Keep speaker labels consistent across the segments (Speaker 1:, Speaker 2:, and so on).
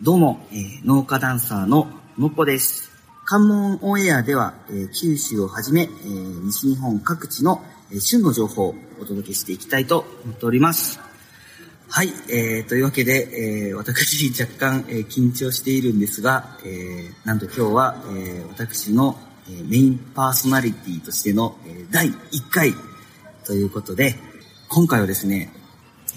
Speaker 1: どうも、えー農家ダンサーののっぽです。関門オンエアでは、えー九州をはじめ、えー西日本各地の、えー旬の情報をお届けしていきたいと思っております。はい、えー、というわけで、えー私若干、えー緊張しているんですが、えーなんと今日は、えー私の、えーメインパーソナリティとしての、えー第1回ということで、今回はですね、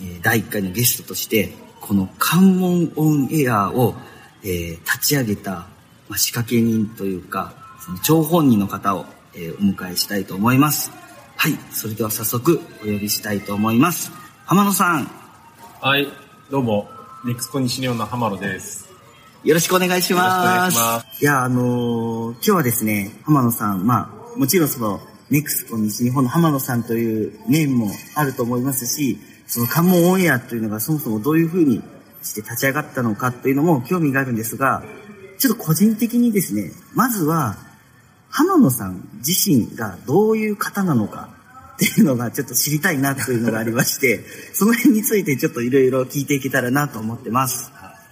Speaker 1: えー第1回のゲストとして、この関門オンエアを、えー立ち上げた、まあ、仕掛け人というか、その張本人の方を、えーお迎えしたいと思います。はい、それでは早速お呼びしたいと思います。浜野さん、
Speaker 2: はい、どうも、ネクスコ西日本の浜野です。
Speaker 1: よろしくお願いします。
Speaker 2: よろしくお願いしま
Speaker 1: や、あのー今日はですね、浜野さん、まあ、もちろんその、ネクスコ西日本の浜野さんという面もあると思いますし、その関門オンエアというのがそもそもどういうふうにして立ち上がったのかというのも興味があるんですが、ちょっと個人的にですね、まずは、浜野さん自身がどういう方なのかっていうのがちょっと知りたいなというのがありまして、その辺についてちょっといろいろ聞いていけたらなと思ってます。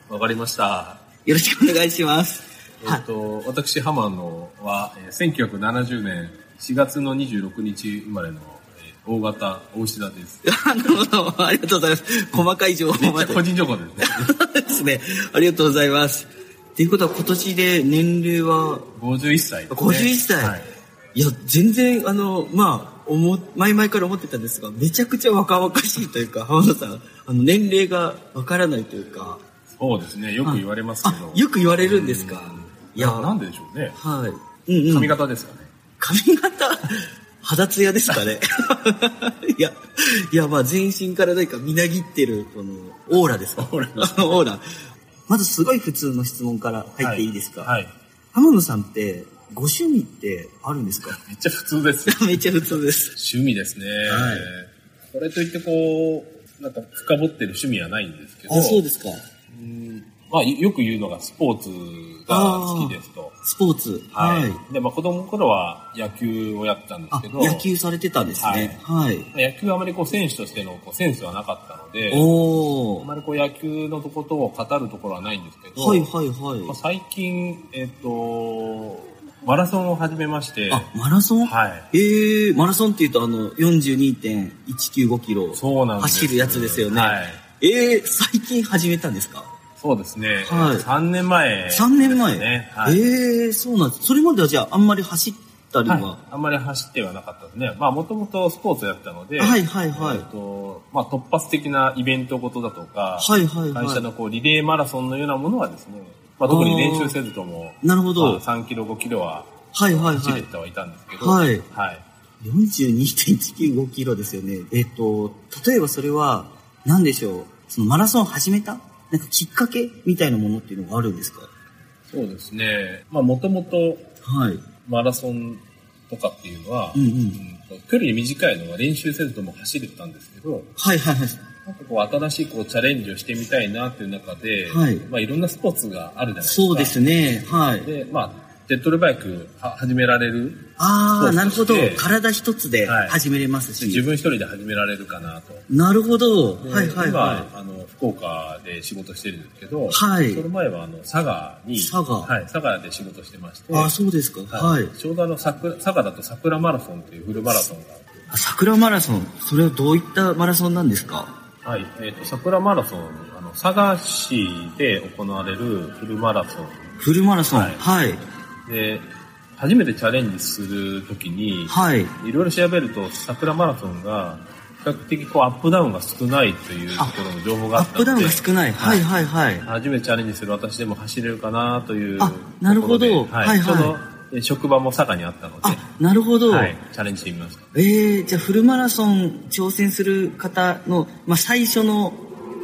Speaker 2: わかりました。
Speaker 1: よろしくお願いします。
Speaker 2: えっ、と、私、浜野は、えー1970年4月の26日生まれの、えー大型、大石田です。
Speaker 1: あなるほど。ありがとうございます。細かい情
Speaker 2: め
Speaker 1: 報
Speaker 2: っち
Speaker 1: ま
Speaker 2: ゃ
Speaker 1: で。
Speaker 2: 個人情報ですね。
Speaker 1: ですね。ありがとうございます。っていうことは今年で年齢は
Speaker 2: 51歳です、ね。
Speaker 1: 51歳。
Speaker 2: はい
Speaker 1: い、、や、全然、あの、まあ、思、前々から思ってたんですが、めちゃくちゃ若々しいというか、浜田さん、あの、年齢がわからないというか、
Speaker 2: そうですね、よく言われますけど
Speaker 1: あ。、よく言われるんですか。い
Speaker 2: い
Speaker 1: や、
Speaker 2: や、なんででしょうね。
Speaker 1: はい。うんうん。
Speaker 2: 髪型ですかね。
Speaker 1: 髪型、肌ツヤですか ね。いや、いや、まあ全身から何かみなぎってる、この、オーラですか。
Speaker 2: オーラ
Speaker 1: あのオーラ。まずすごい普通の質問から入っていいですか、
Speaker 2: はい。はい
Speaker 1: 浜野さんって、ご趣味ってあるんですか
Speaker 2: めっちゃ普通です。
Speaker 1: めっちゃ普通です。
Speaker 2: 趣味ですね。
Speaker 1: はい
Speaker 2: これといってこう、なんか深掘ってる趣味はないんですけど。
Speaker 1: あ、そうですか。
Speaker 2: うんまあ、よく言うのがスポーツが好きですと。
Speaker 1: スポーツ。
Speaker 2: で、まあ、子供の頃は野球をやってたんです
Speaker 1: あ
Speaker 2: け、ど、
Speaker 1: 野球されてたんですね。はい。
Speaker 2: まあ野球はあまりこう選手としてのこうセンスはなかったので、
Speaker 1: おー。
Speaker 2: あまりこう野球のとことを語るところはないんですけど、
Speaker 1: はいはい
Speaker 2: まあ、
Speaker 1: はい。
Speaker 2: 最近、えっ、と、マラソンを始めまして、
Speaker 1: あ、マラソン
Speaker 2: はい。
Speaker 1: ええー、マラソンっていうとあの、42.195キロ。
Speaker 2: そうなんです。
Speaker 1: 走るやつですよね
Speaker 2: はい。
Speaker 1: ええ最近始めたんですか
Speaker 2: そうですね。
Speaker 1: はい
Speaker 2: 3年前、
Speaker 1: ?3 年前、
Speaker 2: ね。はい。
Speaker 1: ええそうなんです。それまではじゃああんまり走ったりは。
Speaker 2: はい、あんまり走ってはなかったですね。まあ、もともとスポーツをやってたので、
Speaker 1: はいはいはい
Speaker 2: えっと、まあ、突発的なイベントごとだとか、
Speaker 1: はいはいはい
Speaker 2: 会社のこう、リレーマラソンのようなものはですね、まあ、特に練習せずとも、
Speaker 1: なるほど
Speaker 2: まあ、3キロ、5キロは
Speaker 1: はいはい
Speaker 2: 走
Speaker 1: は
Speaker 2: れ
Speaker 1: い。
Speaker 2: てはいたんですけど、
Speaker 1: はい
Speaker 2: はい。
Speaker 1: 42.195キロですよね。えっ、と、例えばそれは、何でしょう。そのマラソン始めたなんかきっかけみたいなものっていうのがあるんですか
Speaker 2: そうですね。まあ、もともと
Speaker 1: はい。
Speaker 2: マラソンとかっていうのは、
Speaker 1: うんうん
Speaker 2: と距離短いのは練習せずとも走れてたんですけど、
Speaker 1: はいはいはい。
Speaker 2: なんかこう新しいこうチャレンジをしてみたいなっていう中で、
Speaker 1: はい
Speaker 2: まあいろんなスポーツがあるじゃないですか。
Speaker 1: そうですね。はい。
Speaker 2: で、まあ、ジェットルバイクは始められる、
Speaker 1: あー、なるほど
Speaker 2: そうです。ね
Speaker 1: 体一つで始めれますし。
Speaker 2: 自分一人で始められるかなと。
Speaker 1: なるほど。
Speaker 2: で
Speaker 1: はいはいは
Speaker 2: 今、あの、福岡で仕事してるんですけど、
Speaker 1: はい
Speaker 2: その前は、あの、佐賀に、
Speaker 1: 佐賀
Speaker 2: はい、佐賀で仕事してまして、
Speaker 1: い。あ、そうですか。はい。
Speaker 2: ちょうどあの、桜佐賀だと桜マラソンっていうフルマラソンがあって、
Speaker 1: 桜マラソン、それはどういったマラソンなんですか
Speaker 2: はい、えっ、と、桜マラソン、あの、佐賀市で行われるフルマラソン
Speaker 1: フルマラソン。
Speaker 2: はい
Speaker 1: はい。
Speaker 2: で、初めてチャレンジするときに、
Speaker 1: はい。
Speaker 2: いろいろ調べると、桜マラソンが、比較的こうアップダウンが少ないというところの情報が
Speaker 1: ア
Speaker 2: あった
Speaker 1: ッ
Speaker 2: の
Speaker 1: プ
Speaker 2: で、
Speaker 1: ダウンが少ない。はいはいはい。
Speaker 2: 初めてチャレンジする私でも走れるかなという
Speaker 1: あなるほど
Speaker 2: ところでは
Speaker 1: は
Speaker 2: い、
Speaker 1: いはい
Speaker 2: ちょうどえ職場も佐賀にあったので、
Speaker 1: あ、なるほど。
Speaker 2: はい、チャレンジしてみました。
Speaker 1: えー、じゃあフルマラソン挑戦する方の、まあ、最初の、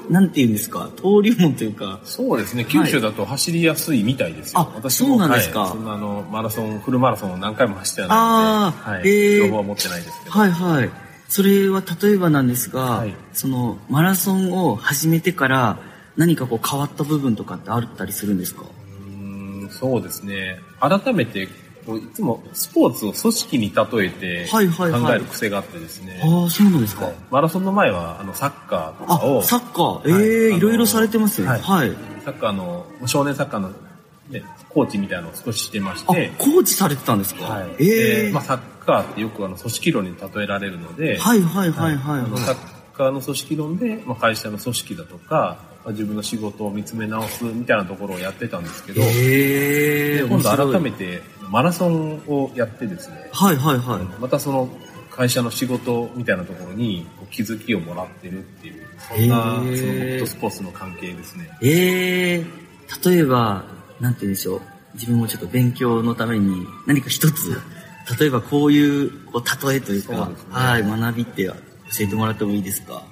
Speaker 1: なんていうんですか、登竜門というか、
Speaker 2: そうですね、九州だと走りやすいみたいですよ。
Speaker 1: あ
Speaker 2: 私も
Speaker 1: そうなんですか
Speaker 2: はいそんなあの、マラソン、フルマラソンを何回も走っては
Speaker 1: あー
Speaker 2: ないので、はい
Speaker 1: えー
Speaker 2: 情報は持ってないですけど。
Speaker 1: はいはい。それは例えばなんですが、
Speaker 2: はい
Speaker 1: その、マラソンを始めてから、何かこう変わった部分とかってあったりするんですか
Speaker 2: うーんそうですね。改めて、こういつもスポーツを組織に例えて考
Speaker 1: はいはいはい
Speaker 2: える癖があってですね、
Speaker 1: ああ、そうなんですか。
Speaker 2: マラソンの前はあのサッカーとか
Speaker 1: あ
Speaker 2: を、
Speaker 1: サ
Speaker 2: サ
Speaker 1: ッカー、
Speaker 2: はい
Speaker 1: ええ
Speaker 2: あの
Speaker 1: いろいろされてますよね。
Speaker 2: はい
Speaker 1: はい。
Speaker 2: サッカーの、少年サッカーの、ね、コーチみたいなのを少ししてまし
Speaker 1: あ
Speaker 2: て、、
Speaker 1: コーチされてたんですか
Speaker 2: はい。
Speaker 1: ええ
Speaker 2: でまあ、サッカーってよくあの組織論に例えられるので、
Speaker 1: はいはいはいはい
Speaker 2: あのサッカーの組織論で、まあ、会社の組織だとか、まあ自分の仕事を見つめ直すみたいなところをやってたんですけど、
Speaker 1: ええ
Speaker 2: で今度改
Speaker 1: て。
Speaker 2: めてマラソンをやってですね、
Speaker 1: はいはいはい。
Speaker 2: またその会社の仕事みたいなところにこう気づきをもらってるっていう、そんな
Speaker 1: へー
Speaker 2: その僕とスポーツの関係ですね。
Speaker 1: ええ例えば、なんて言うんでしょう。自分もちょっと勉強のために何か一つ、例えばこういう、こう、例えというか、
Speaker 2: そうですね
Speaker 1: はい、学びって教えてもらってもいいですか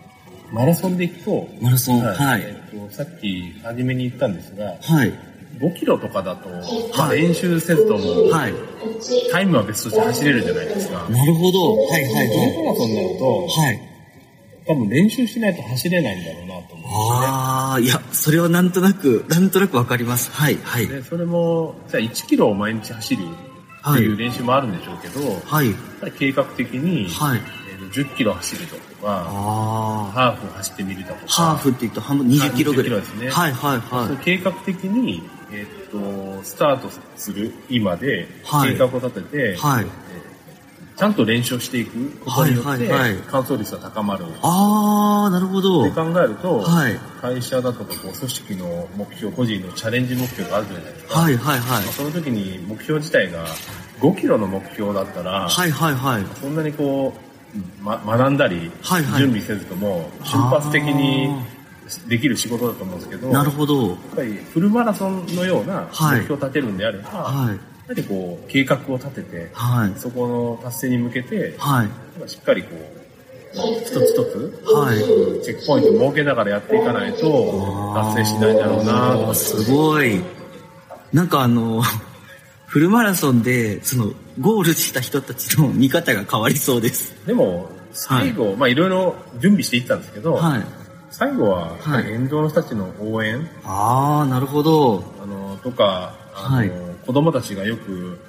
Speaker 2: マラソンで行くと、
Speaker 1: マラソン、は
Speaker 2: え
Speaker 1: い。
Speaker 2: っとさっき初めに言ったんですが、
Speaker 1: はい。
Speaker 2: 5キロとかだと、まあ、練習せずとも、
Speaker 1: はい。
Speaker 2: タイムは別として走れるじゃないですか。
Speaker 1: なるほど。はいはい
Speaker 2: フル
Speaker 1: は
Speaker 2: マラソンになると
Speaker 1: い。、はい。
Speaker 2: 多分練習しないと走れないんだろうなと思
Speaker 1: ああ、いや、それはなんとなく、なんとなくわかります。はい、はい。
Speaker 2: う。で、それも、じゃあ1キロを毎日走るっていう練習もあるんでしょうけど、やっ
Speaker 1: はい、
Speaker 2: ぱり計画的に、
Speaker 1: はい。
Speaker 2: えーと10キロ走るとか、
Speaker 1: ああ、
Speaker 2: ハーフ走ってみるだとか、
Speaker 1: ハーフって言うと半分、20キロぐらい。
Speaker 2: 20キロですね
Speaker 1: はい、はい、
Speaker 2: そう
Speaker 1: は
Speaker 2: 計画的に、えーと、スタートする今で、
Speaker 1: はい
Speaker 2: 計画を立てて、
Speaker 1: い。はい。
Speaker 2: ちゃんと練習をしていくことによって、
Speaker 1: はいはいはい
Speaker 2: 完走率は高まる。
Speaker 1: ああ、なるほど。
Speaker 2: って考えると、
Speaker 1: はい
Speaker 2: 会社だとかこう組織の目標個人のチャレンジ目標があるじゃないですか、
Speaker 1: はい、はい、はい
Speaker 2: まあ。その時に目標自体が5キロの目標だったら、
Speaker 1: はい、はい、はい。
Speaker 2: そんなにこう、ま、学んだり、
Speaker 1: はいはい
Speaker 2: 準備せずとも瞬発的にできる仕事だと思うんですけど
Speaker 1: なるほど。
Speaker 2: やっぱりフルマラソンのような目
Speaker 1: はい
Speaker 2: 標を立てるんであれば、
Speaker 1: はい、
Speaker 2: やはりこう計画を立てて
Speaker 1: はい、
Speaker 2: そこの達成に向けて
Speaker 1: はい、
Speaker 2: しっかりこう一つ一つ
Speaker 1: はい。
Speaker 2: チェックポイントを設けながらやっていかないと達成しないんだろうなと
Speaker 1: あーすごい。なんかあの、 フルマラソンで、その、ゴールした人たちの見方が変わりそうです。
Speaker 2: でも最後、まあいろいろ準備していったんですけど、
Speaker 1: はい。
Speaker 2: 最後は
Speaker 1: はい
Speaker 2: 沿道の人たちの応援、
Speaker 1: ああ、なるほど。
Speaker 2: あのとかあの、
Speaker 1: はい
Speaker 2: 子供たちがよく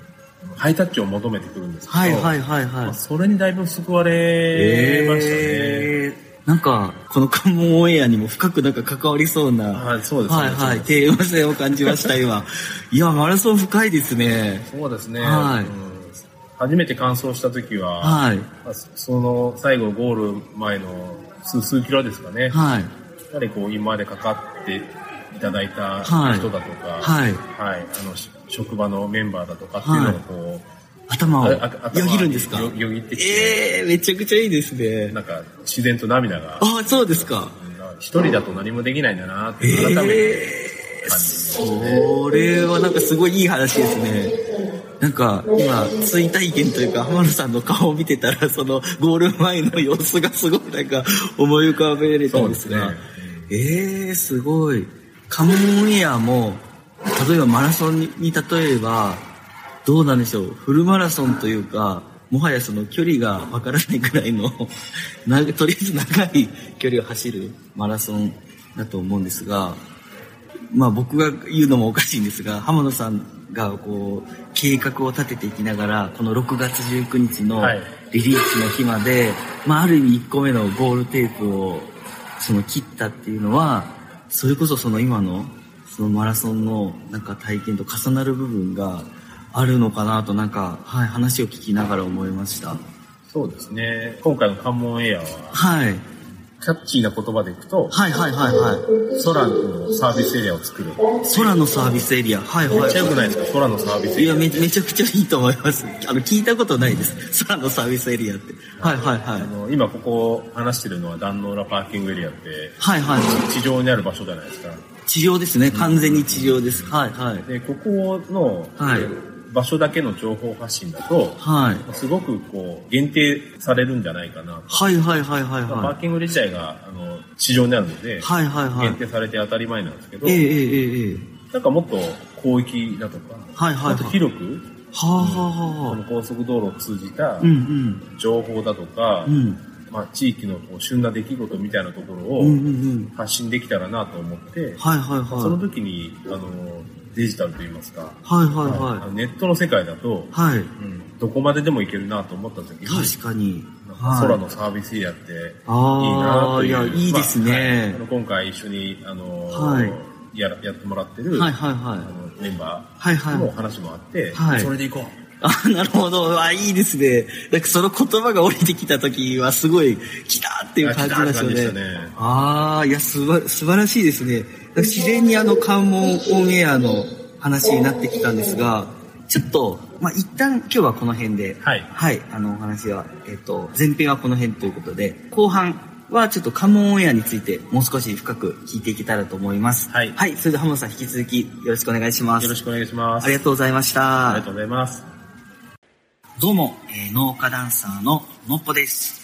Speaker 2: あのハイタッチを求めてくるんですけど、
Speaker 1: はいはいはいはい。
Speaker 2: まあ、それにだいぶ救われましたね、
Speaker 1: えーなんか、この関門オンエアにも深くなんか関わりそうな。
Speaker 2: はいそうですね
Speaker 1: はいはい。
Speaker 2: そうです
Speaker 1: テーマ性を感じました、今。いや、マラソン深いですね。
Speaker 2: そうですね、
Speaker 1: はい
Speaker 2: うん初めて完走した時は、
Speaker 1: はい。
Speaker 2: まあそその最後ゴール前の数数キロですかね、
Speaker 1: はい。
Speaker 2: やはりこう今までかかっていただいた
Speaker 1: はい
Speaker 2: 人だとか、
Speaker 1: はい
Speaker 2: はいあのし職場のメンバーだとかっていうのをこう、
Speaker 1: 頭を
Speaker 2: ああ頭
Speaker 1: よぎるんですか
Speaker 2: よよぎってきて、
Speaker 1: ええー、めちゃくちゃいいですね。
Speaker 2: なんか自然と涙が、
Speaker 1: ああ、そうですか。
Speaker 2: うん一人だと何もできないんだなって
Speaker 1: え
Speaker 2: 改めて感じます
Speaker 1: それはなんかすごいいい話ですね。なんか今、追体験というか、浜野さんの顔を見てたら、そのゴール前の様子がすごいなんか思い浮かべれたんですが、
Speaker 2: そう
Speaker 1: えー、すごい。カモンエアも、例えばマラソンに例えば、どうなんでしょう、フルマラソンというか、もはやその距離がわからないくらいの、 なとりあえず長い距離を走るマラソンだと思うんですが、まあ僕が言うのもおかしいんですが、浜野さんがこう、計画を立てていきながら、この6月19日の
Speaker 2: はい
Speaker 1: リリースの日まで、まあある意味1個目のゴールテープを、その切ったっていうのは、それこそその今の、そのマラソンのなんか体験と重なる部分があるのかなとなんか、はい、話を聞きながら思いました。
Speaker 2: そうですね今回の関門エアは
Speaker 1: はい。
Speaker 2: キャッチーな言葉でいくと
Speaker 1: はいはいはいはい。
Speaker 2: 空のサービスエリアを作るめ
Speaker 1: 空のサービスエリア。はいはい、は
Speaker 2: っ
Speaker 1: い
Speaker 2: ちゃ。よくないですか空のサービスエ
Speaker 1: い
Speaker 2: リア
Speaker 1: やめ、めちゃくちゃいいと思います。あの、聞いたことないです。空のサービスエリアって。はいはいはい
Speaker 2: あ。の今ここ話してるのは壇ノ浦パーキングエリアって
Speaker 1: はいはい。
Speaker 2: 地上にある場所じゃないですか
Speaker 1: 地上ですね。完全に地上です。はいはい。
Speaker 2: でここの、
Speaker 1: はい
Speaker 2: 場所だけの情報発信だと
Speaker 1: はい。
Speaker 2: すごくこう限定されるんじゃないかな
Speaker 1: はいはいはいはい
Speaker 2: パ
Speaker 1: は
Speaker 2: ーキング自体があの地上にあるので、
Speaker 1: い。はいはいはい
Speaker 2: 限。定されて当たり前なんですけど、
Speaker 1: ええええええええ。
Speaker 2: なんかもっと広域だとか、
Speaker 1: はいはいはい
Speaker 2: もっと広く、
Speaker 1: はあはあ
Speaker 2: こ
Speaker 1: はあ
Speaker 2: の。高速道路を通じた
Speaker 1: うんうん。
Speaker 2: 情報だとか、
Speaker 1: うん。
Speaker 2: まあ、地域のこう旬な出来事みたいなところ
Speaker 1: うんうん
Speaker 2: を
Speaker 1: うん。
Speaker 2: 発信できたらなと思って、
Speaker 1: はいはいはい。
Speaker 2: その時にあのデジタルといいますか、
Speaker 1: はいはい
Speaker 2: あ
Speaker 1: は
Speaker 2: のネットの世界だと、
Speaker 1: い。はい。
Speaker 2: うんどこまででも行けるなと思った時に、
Speaker 1: 確かに。
Speaker 2: なんか
Speaker 1: はい
Speaker 2: 空のサービスエリアっていい
Speaker 1: あー
Speaker 2: なという。
Speaker 1: いやいいですね
Speaker 2: まあはいあの今回一緒に、あのー
Speaker 1: はい
Speaker 2: やらやってもらってる、
Speaker 1: はいはいは
Speaker 2: あのメンバ
Speaker 1: はい
Speaker 2: ーの
Speaker 1: はい。
Speaker 2: 話もあって、
Speaker 1: はい
Speaker 2: それで行こ
Speaker 1: あ、なるほど。あ、いいですね。なんかその言葉が降りてきた時はすごい、来たって
Speaker 2: う。
Speaker 1: いう感じですよ
Speaker 2: あ来たって感じで
Speaker 1: ね
Speaker 2: し。たね。
Speaker 1: ああ、いや、すば、素晴らしいですね。自然にあの、関門オンエアの話になってきたんですが、ちょっと、まあ、一旦今日はこの辺で、
Speaker 2: はい
Speaker 1: はい、あの、お話は、えっ、と、前編はこの辺ということで、後半はちょっと関門オンエアについて、もう少し深く聞いていけたらと思います。
Speaker 2: はい
Speaker 1: はい、それでは浜田さん引き続きよろしくお願いします。
Speaker 2: よろ
Speaker 1: し
Speaker 2: しくお願いします。
Speaker 1: ありがとうございました。
Speaker 2: ありがとうございます。
Speaker 1: どうも、えー農家ダンサーののっぽです。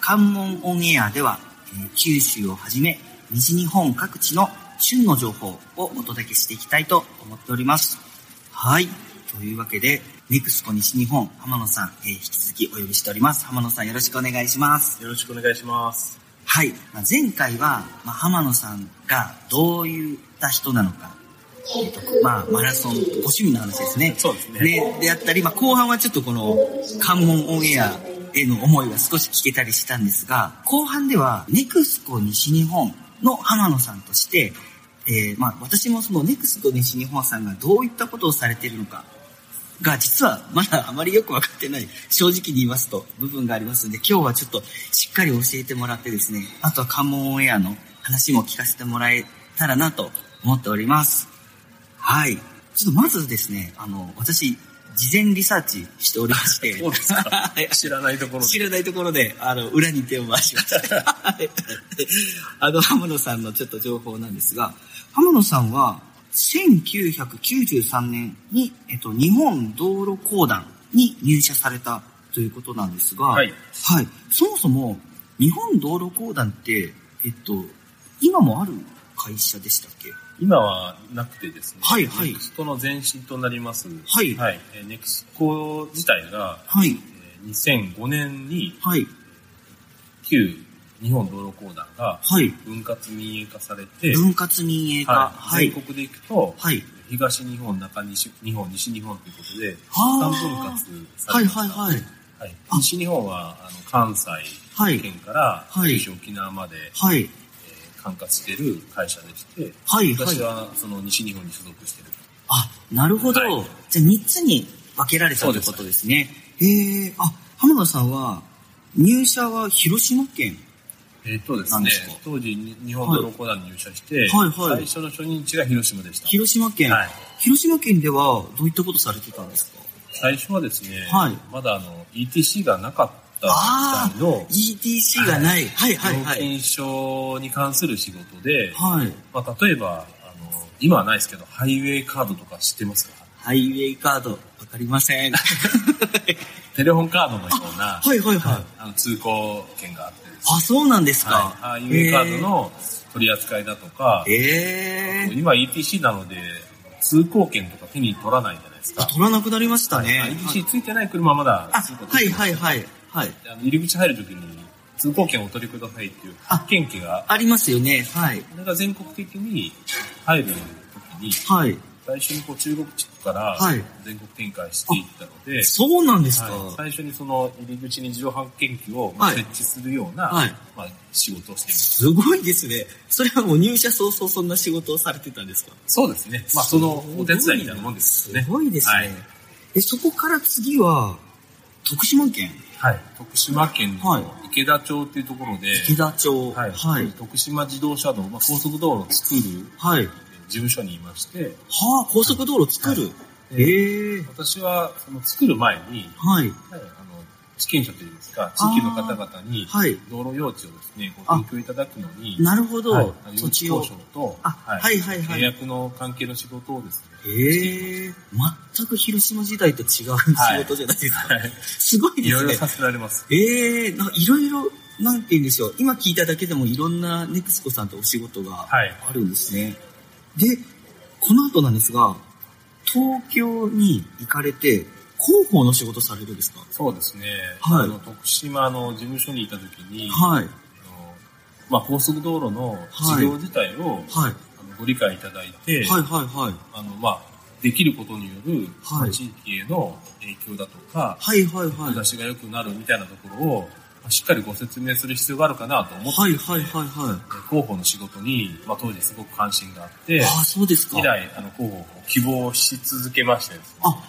Speaker 1: 関門オンエアでは、えー九州をはじめ、西日本各地の旬の情報をお届けしていきたいと思っております。はい。というわけで、ネクスコ西日本、浜野さん、えー引き続きお呼びしております。浜野さんよろしくお願いします。
Speaker 2: よろしくお願いします。
Speaker 1: はい、まあ前回は、まあ、浜野さんがどういった人なのか、えっとまあ、マラソンご趣味の話ですね
Speaker 2: そうですね
Speaker 1: であったり、まあ、後半はちょっとこの関門オンエアへの思いは少し聞けたりしたんですが後半ではネクスコ西日本の浜野さんとして、えーまあ、私もそのネクスコ西日本さんがどういったことをされているのかが実はまだあまりよく分かってない正直に言いますと部分がありますので今日はちょっとしっかり教えてもらってですねあとは関門オンエアの話も聞かせてもらえたらなと思っておりますはいちょっとまずですねあの私事前リサーチしておりまして
Speaker 2: そうで すか
Speaker 1: はい
Speaker 2: 知らないところで。
Speaker 1: 知らないところで、あの、裏に手を回しました。 はいあの、浜野さんのちょっと情報なんですが、浜野さんは、1993年に、えっと、日本道路公団に入社されたということなんですが、
Speaker 2: はい。
Speaker 1: はい。そもそも、日本道路公団って、えっと、今もある会社でしたっけ
Speaker 2: 今はなくてですね、
Speaker 1: はいはい
Speaker 2: ネクストの前身となります、
Speaker 1: はい
Speaker 2: はい、えーネクスト自体が、
Speaker 1: はい。
Speaker 2: えー2005年に
Speaker 1: はい。
Speaker 2: 旧日本道路公団が
Speaker 1: はい。
Speaker 2: 分割民営化されて、
Speaker 1: 分割民営化。は
Speaker 2: はいい、。全国で行くと、
Speaker 1: はい。
Speaker 2: 東日本、中西日本、西日本ということで、
Speaker 1: は
Speaker 2: 三
Speaker 1: あ
Speaker 2: 分割さ
Speaker 1: はい
Speaker 2: れました。
Speaker 1: はいはい。
Speaker 2: はい西日本はあの関西
Speaker 1: はい。
Speaker 2: 県から
Speaker 1: はい
Speaker 2: 九州、沖縄まで、
Speaker 1: はい。
Speaker 2: えー管轄している会社でして、
Speaker 1: はい。はい
Speaker 2: 私。はその西日本に所属している。
Speaker 1: あ、なるほど。
Speaker 2: はい
Speaker 1: じゃあ3つに分けられた
Speaker 2: そう
Speaker 1: とい
Speaker 2: で
Speaker 1: う
Speaker 2: す
Speaker 1: ことですね。へえ、あ、浜田さんは、入社は広島県。
Speaker 2: えっとで
Speaker 1: な
Speaker 2: す
Speaker 1: ん
Speaker 2: ね
Speaker 1: ですか、
Speaker 2: 当時に日本道路公団に入社して、
Speaker 1: はいはいはい
Speaker 2: 最初の初任地が広島でした。
Speaker 1: 広島県、
Speaker 2: はい
Speaker 1: 広島県ではどういったことされてたんですか
Speaker 2: 最初はですね、
Speaker 1: はい
Speaker 2: まだあの ETC がなかった時代の
Speaker 1: ?ETC がない。はいはいは
Speaker 2: 料
Speaker 1: い。
Speaker 2: 金証に関する仕事で、
Speaker 1: はい。
Speaker 2: まあ、例えばあの、今はないですけど、ハイウェイカードとか知ってますか
Speaker 1: ハイウェイカード、わかりま せん。
Speaker 2: テレホンカードのような、
Speaker 1: はいはいはい。
Speaker 2: あの通行券があってですね
Speaker 1: あ、そうなんです
Speaker 2: はい
Speaker 1: か。
Speaker 2: ハイウェイカードの取り扱いだとか、
Speaker 1: へえ。へえ。
Speaker 2: 今 ETC なので、通行券とか手に取らないじゃないですか
Speaker 1: あ。取らなくなりましたね。
Speaker 2: IDC ついてない車はまだ
Speaker 1: あ、
Speaker 2: 通行
Speaker 1: はいはいはい。はい。
Speaker 2: あの入り口入るときに通行券をお取りくださいっていう
Speaker 1: あ
Speaker 2: 発見機が、
Speaker 1: ありますよね。はい。
Speaker 2: それが全国的に入るときに、
Speaker 1: はい。
Speaker 2: 最初にこう中国地区から
Speaker 1: はい
Speaker 2: 全国展開していったので、
Speaker 1: そうなんですか。
Speaker 2: はい最初にその入り口に自動発見機をま
Speaker 1: は
Speaker 2: あ
Speaker 1: い
Speaker 2: 設置するような、
Speaker 1: はい
Speaker 2: まあ、仕事をしています。
Speaker 1: すごいですね。それはもう入社早々そんな仕事をされてたんですか
Speaker 2: そうですね。まあそのお手伝いみたいなもんですよね。
Speaker 1: すごいですね。
Speaker 2: はい
Speaker 1: え、そこから次は、徳島県
Speaker 2: はい。徳島県
Speaker 1: はい
Speaker 2: の池田町っていうところで、
Speaker 1: 池田町。
Speaker 2: はい
Speaker 1: はい。
Speaker 2: 徳島自動車道、まあ、高速道路を作る
Speaker 1: はい。は
Speaker 2: 事務所にいまして、
Speaker 1: あ、高速道路作る。
Speaker 2: はい
Speaker 1: ええ
Speaker 2: 私はその作る前に、
Speaker 1: はい。
Speaker 2: はいあの地権者といいますか、地域の方々に
Speaker 1: はい。
Speaker 2: 道路用地をですね、ご
Speaker 1: あ
Speaker 2: 提供いただくのに、
Speaker 1: なるほど。
Speaker 2: はい、
Speaker 1: 土
Speaker 2: 土
Speaker 1: 地
Speaker 2: 地
Speaker 1: を
Speaker 2: 交。渉と、
Speaker 1: あはいはいはい
Speaker 2: 契約の関係の仕事をですね、
Speaker 1: ええ全く広島時代と違う仕
Speaker 2: はい
Speaker 1: 事じゃないですか。
Speaker 2: はい
Speaker 1: すごい
Speaker 2: い
Speaker 1: で
Speaker 2: ろ
Speaker 1: す
Speaker 2: いろ
Speaker 1: ね。
Speaker 2: させられます。
Speaker 1: ええなんかいろいろ、なんて言うんでしょう。今聞いただけでもいろんなネクスコさんとお仕事が
Speaker 2: はい。
Speaker 1: あるんですね。で、この後なんですが、東京に行かれて、広報の仕事されるんですか
Speaker 2: そうですね、
Speaker 1: はい
Speaker 2: あの徳島の事務所にいた時に、
Speaker 1: はい。
Speaker 2: あのまあ、高速道路の事業自体を、
Speaker 1: はい。
Speaker 2: あのご理解いただいて、
Speaker 1: はいはいはい。
Speaker 2: あの、まあ、できることによる、
Speaker 1: はい
Speaker 2: 地域への影響だとか、
Speaker 1: はいはいは
Speaker 2: 暮
Speaker 1: い。
Speaker 2: らしが良くなるみたいなところを、まあしっかりご説明する必要があるかなと思って、
Speaker 1: はいはいはいは
Speaker 2: 広報の仕事に、まあ、当時すごく関心があって
Speaker 1: い。、ああ、そうですか
Speaker 2: 以。来、あの、広報を希望し続けましてですね
Speaker 1: あ、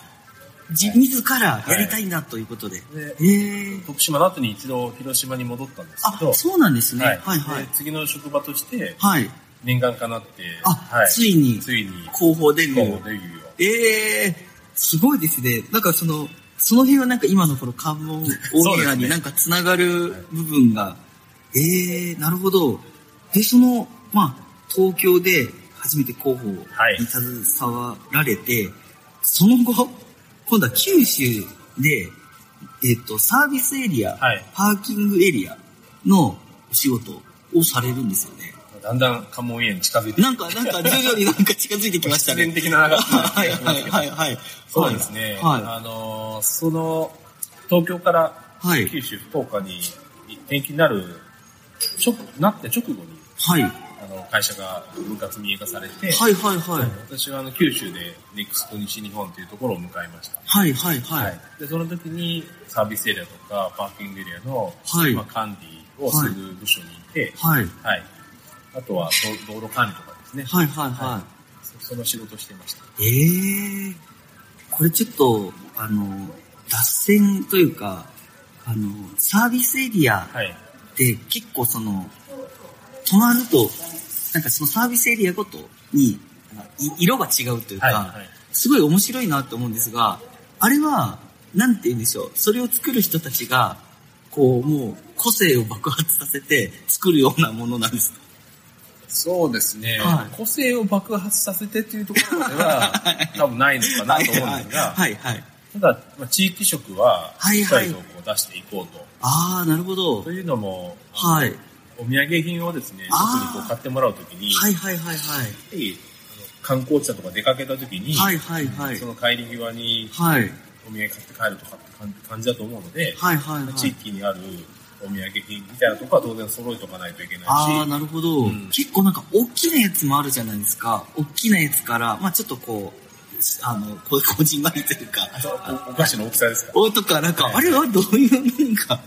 Speaker 1: じ、自らやりたいなということで。
Speaker 2: で
Speaker 1: へえ。
Speaker 2: 徳島の後に一度広島に戻ったんですけ
Speaker 1: あ
Speaker 2: ど、、
Speaker 1: そうなんですね。はいは
Speaker 2: で
Speaker 1: い。
Speaker 2: 次の職場として、
Speaker 1: はい。
Speaker 2: 念願かなって、
Speaker 1: あついに
Speaker 2: ついに、
Speaker 1: 広報デビュ
Speaker 2: 広
Speaker 1: ー
Speaker 2: 報。デビューを。
Speaker 1: ええすごいですね。なんかその、その辺はなんか今のこの関門オンエアになんかつながる部分が、ええなるほど。で、その、まあ、東京で初めて広報に
Speaker 2: はい
Speaker 1: 携わられて、その後、今度は九州で、えっ、と、サービスエリア、
Speaker 2: はい
Speaker 1: パーキングエリアのお仕事をされるんですよね。
Speaker 2: だんだん関門家に近づいて、
Speaker 1: なんか、なんか徐々になんか近づいてきました
Speaker 2: 必
Speaker 1: ね
Speaker 2: 然。 的な流れになって
Speaker 1: はい
Speaker 2: きてま
Speaker 1: は
Speaker 2: す
Speaker 1: い
Speaker 2: けど
Speaker 1: はいはい。
Speaker 2: そうですね。
Speaker 1: は
Speaker 2: あのーその、東京から
Speaker 1: い。はい。
Speaker 2: 九州、福岡に転勤になる、直、なって直後に、
Speaker 1: はい。
Speaker 2: あの、会社が分割民営化されて、
Speaker 1: はいはいはい。
Speaker 2: 私はあの、九州でネクスト西日本というところを迎えました。
Speaker 1: はいはいはい。
Speaker 2: で、その時にサービスエリアとかパーキングエリアの、
Speaker 1: はい
Speaker 2: まあ、管理をする部署にいて、
Speaker 1: はい。
Speaker 2: はい。あとは道道路管理とかですね。
Speaker 1: はいはいは
Speaker 2: そその仕事をしてました。
Speaker 1: い。ええー。これちょっと、あの、脱線というか、あの、サービスエリア
Speaker 2: はい。
Speaker 1: って結構その、止まると、なんかそのサービスエリアごとに、い色が違うというか、
Speaker 2: はい。はい。
Speaker 1: すごい面白いなと思うんですが、あれは、なんて言うんでしょう。それを作る人たちが、こう、もう、個性を爆発させて作るようなものなんですか。
Speaker 2: そうですね、
Speaker 1: はい
Speaker 2: 個性を爆発させてというところまでは多分ないのかなと思うんですが、
Speaker 1: はいはい。
Speaker 2: ただ、まあ、地域色は
Speaker 1: はい
Speaker 2: しっか
Speaker 1: はい
Speaker 2: りとこう出していこうと。
Speaker 1: ああ、なるほど。
Speaker 2: というのも、
Speaker 1: はい。
Speaker 2: お土産品をですね、
Speaker 1: あー
Speaker 2: 特にこう買ってもらうときに、
Speaker 1: はいはいはいはい。
Speaker 2: やっぱりあの観光地だとか出かけたときに、
Speaker 1: はいはいはい
Speaker 2: そ。の帰り際に
Speaker 1: はい。
Speaker 2: お土産買って帰るとかって感感じだと思うので、
Speaker 1: はいはいは
Speaker 2: 地
Speaker 1: い。
Speaker 2: 域にあるお土産品みたいなところは当然揃えておかないといけないし、
Speaker 1: ああ、なるほど、
Speaker 2: うん
Speaker 1: 結構なんか大きなやつもあるじゃないですか。大きなやつから、まあちょっとこう、あの、こう、こじんまりというか、
Speaker 2: おお菓子の大きさですか
Speaker 1: おとか、なんか、あれはどういう何か。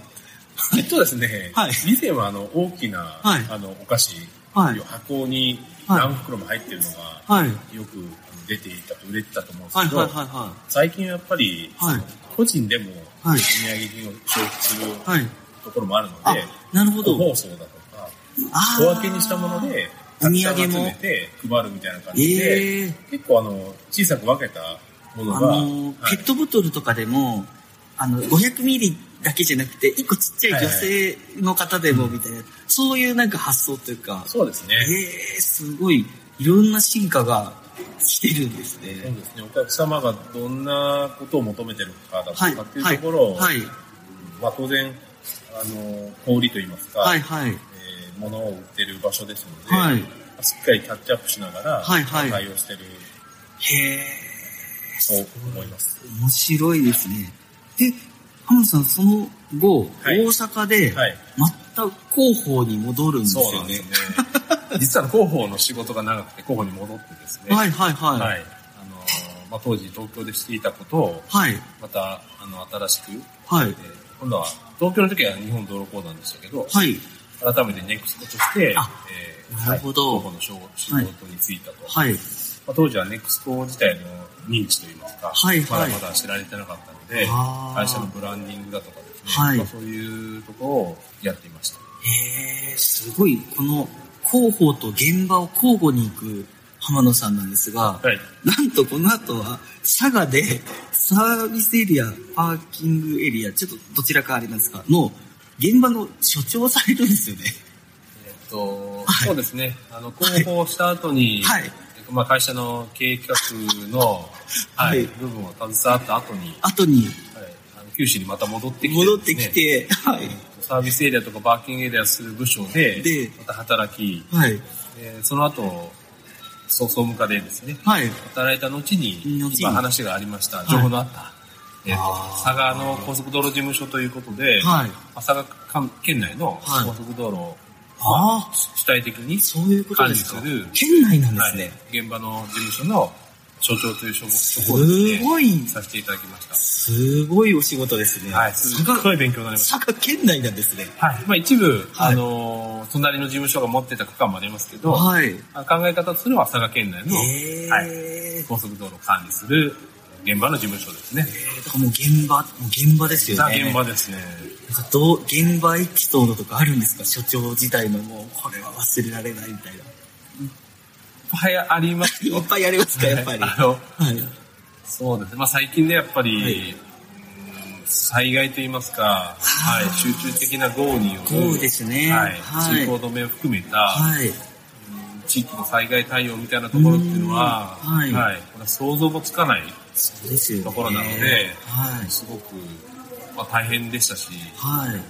Speaker 2: えっとですね、
Speaker 1: はい
Speaker 2: 以前はあの大きな、
Speaker 1: い
Speaker 2: あのお菓子、
Speaker 1: はい
Speaker 2: 箱に
Speaker 1: はい
Speaker 2: 何袋も入ってるのが、
Speaker 1: はい。
Speaker 2: よくあの出ていたと売れてたと思うんです
Speaker 1: はい
Speaker 2: けど、
Speaker 1: はいはいは
Speaker 2: 最近やっぱり、
Speaker 1: はい
Speaker 2: 個人でもお
Speaker 1: はい
Speaker 2: 土産品を消費する
Speaker 1: い。はい。
Speaker 2: ところもあるの
Speaker 1: あ
Speaker 2: で、、
Speaker 1: なるほ
Speaker 2: 個
Speaker 1: ど。
Speaker 2: 包装だとか、
Speaker 1: あー
Speaker 2: 小分けにしたもので、
Speaker 1: お土産
Speaker 2: たくさん集
Speaker 1: も
Speaker 2: め。て配るみたいな感じで、
Speaker 1: ええー。
Speaker 2: 結構あの小さく分けたもの
Speaker 1: あ
Speaker 2: が、
Speaker 1: の、
Speaker 2: はい
Speaker 1: ペットボトルとかでも、あの、500ミリだけじゃなくて、1個ちっちゃい女性の方でもみたいな、そういうなんか発想というか、
Speaker 2: そうですね。
Speaker 1: ええー、すごい、いろんな進化が来てるんです
Speaker 2: そう
Speaker 1: ね。
Speaker 2: ですね、お客様がどんなことを求めてるかだと
Speaker 1: はい、
Speaker 2: かっていうところを、
Speaker 1: はい、
Speaker 2: まあ、当然あの小売りといいますか、
Speaker 1: はい、はい、
Speaker 2: えー物を売ってる場所ですので、
Speaker 1: はい。
Speaker 2: しっかりキャッチアップしながら、
Speaker 1: はいはい
Speaker 2: 対応してる
Speaker 1: へえ、
Speaker 2: と思います。
Speaker 1: 面白いですね。で、ハムさん、その後、
Speaker 2: はい
Speaker 1: 大阪で、
Speaker 2: はい
Speaker 1: また広報に戻るんです
Speaker 2: そうな
Speaker 1: よ
Speaker 2: ん
Speaker 1: ね。
Speaker 2: ですね。 実はあの広報の仕事が長くて広報に戻ってですね、
Speaker 1: はい、はい、はい。
Speaker 2: は
Speaker 1: はい、
Speaker 2: いあのーまあ、当時東京でしていたことを
Speaker 1: はい、
Speaker 2: またあの新しく、
Speaker 1: はい
Speaker 2: え。ー今度は東京の時は日本道路公団でしたけど、
Speaker 1: はい
Speaker 2: 改めてネクストとして、
Speaker 1: あ
Speaker 2: えー
Speaker 1: なるほど
Speaker 2: はい広報の仕事に就いたと。
Speaker 1: はい。
Speaker 2: まあ、当時はネクスト自体の認知といいますか、
Speaker 1: はいはい
Speaker 2: まだまだ知られてなかったので、
Speaker 1: あー
Speaker 2: 会社のブランディングだとかですね、
Speaker 1: はい
Speaker 2: まあ、そういうところをやっていました。
Speaker 1: へえ、すごい、この広報と現場を交互に行く浜野さんなんですが、
Speaker 2: はい。
Speaker 1: なんとこの後は佐賀で サービスエリア、パーキングエリア、ちょっとどちらかありますか、の現場の所長をされるんです よね。
Speaker 2: えっと、
Speaker 1: はい
Speaker 2: そうですね、あの、広報した後に、
Speaker 1: はい
Speaker 2: まあ、会社の経営企画の、
Speaker 1: は
Speaker 2: はいい、部分を携わった後に、
Speaker 1: 後に
Speaker 2: はい、あの九州にまた戻ってきて、
Speaker 1: 戻ってき、て、はい。
Speaker 2: サービスエリアとかパーキングエリアする部署で、
Speaker 1: で
Speaker 2: また働き、
Speaker 1: はい。
Speaker 2: えーその後、総総務課でですね、
Speaker 1: はい。
Speaker 2: 働いた後に、
Speaker 1: 後に
Speaker 2: 今話がありました、
Speaker 1: い
Speaker 2: 情報のあった、えっと
Speaker 1: あー
Speaker 2: 佐賀の高速道路事務所ということ
Speaker 1: は
Speaker 2: で、
Speaker 1: い
Speaker 2: まあ佐賀関県内の
Speaker 1: はい
Speaker 2: 高速道路を
Speaker 1: ああ、
Speaker 2: 主体的に、
Speaker 1: そういうことですか
Speaker 2: 管理する。
Speaker 1: 県内なんですね。
Speaker 2: はい現場の事務所の所長という処方
Speaker 1: す
Speaker 2: 処方ですね。
Speaker 1: ごい、
Speaker 2: させていただきました。
Speaker 1: すごいお仕事ですね。
Speaker 2: はい、すっごい勉強になりました。
Speaker 1: 佐賀県内なんですね。
Speaker 2: はい。まあ一部、
Speaker 1: はい
Speaker 2: あのー隣の事務所が持ってた区間もありますけど、
Speaker 1: はい。
Speaker 2: あ考え方とするのは佐賀県内の、
Speaker 1: えー
Speaker 2: はい
Speaker 1: え
Speaker 2: 高速道路を管理する現場の事務所ですね。
Speaker 1: ーだからもう現場、もう現場ですよ
Speaker 2: ザ
Speaker 1: ね。
Speaker 2: 現場ですね。
Speaker 1: なんかどう、現場エピソードとかあるんですか所長自体のもう、これは忘れられないみたいな。
Speaker 2: いっぱいありますよ。
Speaker 1: いっぱいやりますか、やっぱり。
Speaker 2: あ
Speaker 1: は
Speaker 2: の、
Speaker 1: い。
Speaker 2: そうですね。まあ最近でやっぱり、
Speaker 1: はいう
Speaker 2: ーん災害と言いますか、はい、集中的な豪雨によ
Speaker 1: 豪
Speaker 2: る、
Speaker 1: 雨ですね
Speaker 2: はい、
Speaker 1: はい
Speaker 2: 通行止めを含めた、
Speaker 1: はい。
Speaker 2: 地域の災害対応みたいなところっていうのは、
Speaker 1: うんはい
Speaker 2: これは想像もつかない
Speaker 1: そうですよね。
Speaker 2: ところなので
Speaker 1: はい。
Speaker 2: すごく、まあ、大変でしたし、
Speaker 1: はい。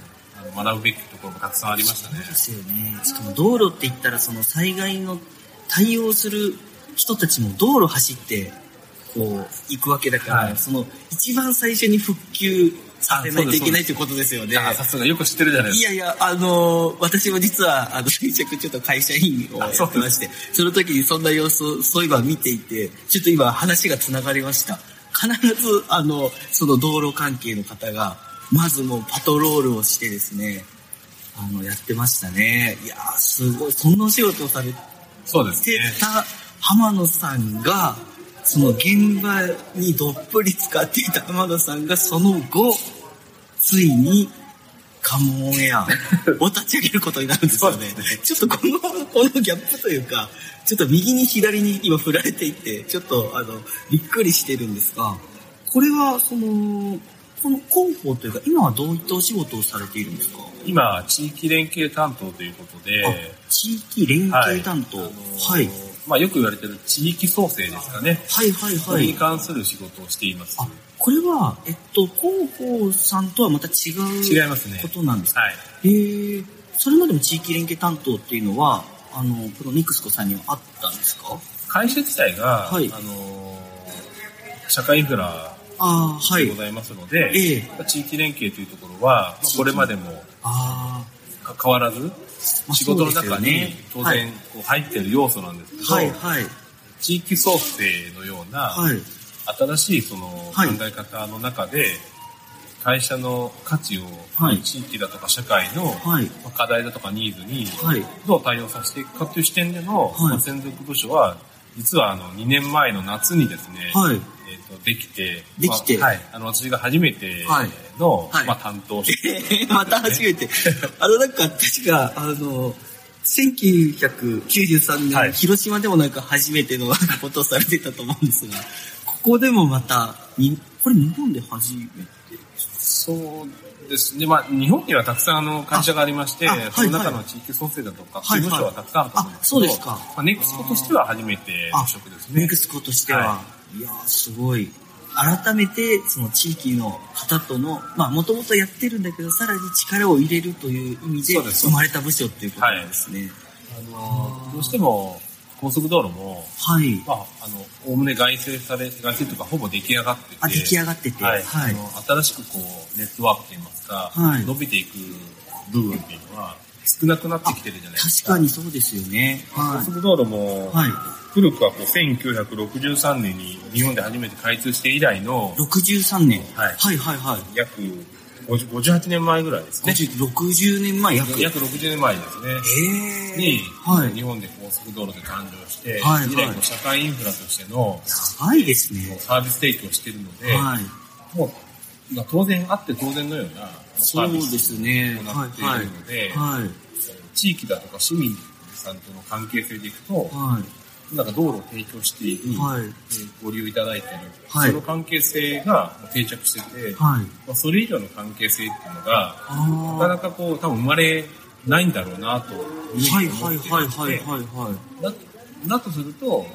Speaker 2: あの学ぶべきところもたくさんありましたね
Speaker 1: そう。ですよね。しかも道路って言ったら、その災害の対応する人たちも道路走って、こう、行くわけだから、
Speaker 2: はい
Speaker 1: その、一番最初に復旧させないといけないということですよね。
Speaker 2: あさすがよく知ってるじゃないで
Speaker 1: い
Speaker 2: すか。
Speaker 1: やいや、あのー私も実は、あの、先着ちょっと会社員をや
Speaker 2: あ
Speaker 1: っ
Speaker 2: そう
Speaker 1: てまして、その時にそんな様子を、そういえば見ていて、ちょっと今話が繋がりました。必ず、あの、その道路関係の方が、まずもうパトロールをしてですね、あの、やってましたね。いやー、すごい、そんなお仕事をされて
Speaker 2: そうですね。
Speaker 1: た浜野さんが、その現場にどっぷり使っていた浜野さんが、その後、ついに、カモンエアを立ち上げることになるんですよね。ちょっとこの、このギャップというか、ちょっと右に左に今振られていて、ちょっとあの、びっくりしてるんですが、これはその、この広報というか、今はどういったお仕事をされているんですか、
Speaker 2: 今、地域連携担当ということで、
Speaker 1: あ地域連携担当。はい。
Speaker 2: まあ、よく言われてる地域創生ですかね。
Speaker 1: はいはい
Speaker 2: そ
Speaker 1: は
Speaker 2: れ
Speaker 1: い
Speaker 2: に。関する仕事をしています。
Speaker 1: あ、これは、えっと、広報さんとはまた違う
Speaker 2: 違いますね
Speaker 1: ことなんですか
Speaker 2: はい。
Speaker 1: へえ、それまでも地域連携担当っていうのは、あの、プロネクスコさんにはあったんですか
Speaker 2: 会社自体が、
Speaker 1: はい
Speaker 2: あのー社会インフラ
Speaker 1: ああ、は
Speaker 2: で
Speaker 1: い
Speaker 2: ご。ざいますので、
Speaker 1: ええ
Speaker 2: 地域連携というところは、まあ
Speaker 1: 地域
Speaker 2: これまでも
Speaker 1: あ
Speaker 2: か変わらず、
Speaker 1: あ、
Speaker 2: 仕事の
Speaker 1: そう
Speaker 2: 中
Speaker 1: ですよ
Speaker 2: に当然こう入ってる要素なんですけど、
Speaker 1: はい、はい、
Speaker 2: 地域創生のような、
Speaker 1: はい。
Speaker 2: 新しいその考
Speaker 1: はい
Speaker 2: え方の中で、会社の価値を、
Speaker 1: はい
Speaker 2: 地域だとか社会の
Speaker 1: はい、
Speaker 2: まあ課題だとかニーズに
Speaker 1: はい。
Speaker 2: どう対応させていくかという視点での、
Speaker 1: はい
Speaker 2: まあ専属部署は実はあの2年前の夏にですね、
Speaker 1: はい。
Speaker 2: えー、とできて
Speaker 1: できて
Speaker 2: まあはい、あの私が初めて
Speaker 1: はい
Speaker 2: の、
Speaker 1: はい
Speaker 2: まあ、担当者
Speaker 1: また初めて。あの、なんか、確か、あの、1993年、
Speaker 2: はい
Speaker 1: 広島でもなんか初めてのなんかことをされてたと思うんですが、ここでもまた、にこれ日本で初めて
Speaker 2: そうですね、まあ、日本にはたくさんあの会社がありまして、
Speaker 1: ああはい
Speaker 2: その中の地域創生だとか、
Speaker 1: はい
Speaker 2: 事務所はたくさんあると思うんですけど、
Speaker 1: はいあそうですか
Speaker 2: まあ、ネクスコとしては初めて
Speaker 1: あ
Speaker 2: の職ですね
Speaker 1: ネク。スコとしては、、
Speaker 2: はい
Speaker 1: やーすごい。改めて、その地域の方との、まあ、もともとやってるんだけど、さらに力を入れるという意味で、
Speaker 2: そうです
Speaker 1: 生まれた部署っていうことなんですね。
Speaker 2: あのどうしても高速道路も、
Speaker 1: はい。
Speaker 2: まあ、あの、おおむね外製され、外製とかほぼ出来上がってて、
Speaker 1: あ、出来上がってて、は。
Speaker 2: はいい、あの新しくこう、ネットワークといいますか、
Speaker 1: はい
Speaker 2: 伸びていく部分っていうのは少なくなってきてるじゃないです
Speaker 1: 確
Speaker 2: か。
Speaker 1: かにそうですよね。
Speaker 2: 高
Speaker 1: は
Speaker 2: 速道路も、
Speaker 1: い。はい。
Speaker 2: 古くはこう1963年に日本で初めて開通して以来の
Speaker 1: 63年。
Speaker 2: はい
Speaker 1: はいはいはい。
Speaker 2: 約50 58年前ぐらいですね。
Speaker 1: 50 60年前約。
Speaker 2: 約60年前ですね。
Speaker 1: え
Speaker 2: に、
Speaker 1: は
Speaker 2: 日
Speaker 1: い。
Speaker 2: 本で高速道路で誕生して、
Speaker 1: はい
Speaker 2: 以来こう社会インフラとしての
Speaker 1: 長いですね。
Speaker 2: サービス提供をしているので、
Speaker 1: はい。
Speaker 2: もう、まあ、当然あって当然のようなサ
Speaker 1: そ
Speaker 2: ー
Speaker 1: う
Speaker 2: ビ
Speaker 1: で
Speaker 2: ス
Speaker 1: すね。
Speaker 2: とな
Speaker 1: は
Speaker 2: って
Speaker 1: い
Speaker 2: い
Speaker 1: はい
Speaker 2: るので、
Speaker 1: はい。
Speaker 2: 地域だとか市民さんとの関係性でいくと、
Speaker 1: は
Speaker 2: なんか道路を提供してい
Speaker 1: い。
Speaker 2: る、
Speaker 1: はい。
Speaker 2: えーご利用いただいている、
Speaker 1: はい
Speaker 2: その関係性が定着し
Speaker 1: は
Speaker 2: てて、
Speaker 1: い。
Speaker 2: まあ、それ以上の関係性っていうのが、なか
Speaker 1: あ
Speaker 2: なかこう、多分生まれないんだろうなというふうに
Speaker 1: ーはい
Speaker 2: 思
Speaker 1: は
Speaker 2: っ
Speaker 1: い
Speaker 2: て
Speaker 1: はいはい
Speaker 2: いて
Speaker 1: はいはい。
Speaker 2: だだとすると、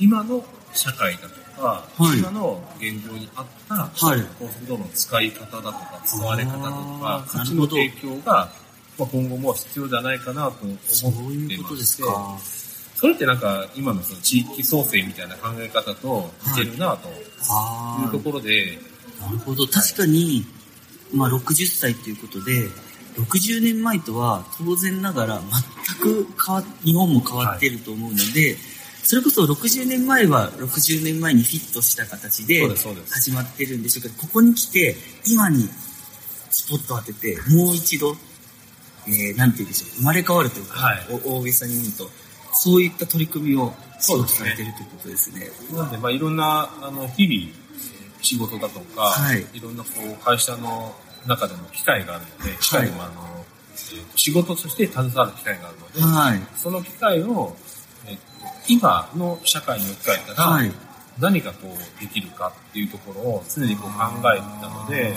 Speaker 2: 今の社会だとか、
Speaker 1: はい
Speaker 2: 今の現状にあった、
Speaker 1: はい
Speaker 2: 高速道路の使い方だとか、使われ方だと
Speaker 1: あ
Speaker 2: か、
Speaker 1: ー
Speaker 2: 価値
Speaker 1: なるほ
Speaker 2: の
Speaker 1: ど
Speaker 2: 提供が、まあ、今後も必要じゃないかなと思ってま
Speaker 1: そう
Speaker 2: して
Speaker 1: いうことですか。は
Speaker 2: それってなんか、今のその地域創生みたいな考え方と似てるなという
Speaker 1: あ
Speaker 2: ところで、
Speaker 1: なるほど。確かに、まあ60歳っていうことで、60年前とは当然ながら全く変わ、日本も変わってると思うので、それこそ60年前は60年前にフィットした形で
Speaker 2: そうですそうです
Speaker 1: 始まってるんでしょうけど、ここに来て、今にスポット当てて、もう一度、えー、なんて言うんでしょう、生まれ変わるというか、
Speaker 2: はい
Speaker 1: お大げさに言うと、そういった取り組みを
Speaker 2: そうですね
Speaker 1: されてるということですね。
Speaker 2: なんで、まあ、いろんな、あの、日々、えー仕事だとか、
Speaker 1: はい
Speaker 2: ろんな、こう、会社の中でも機会があるので、機会も、あの、えーと仕事として携わる機会があるので、
Speaker 1: はい。
Speaker 2: その機会を、えーと今の社会に置き換えたら、
Speaker 1: はい。
Speaker 2: 何がこうできるかっていうところを常にこう考えてたので、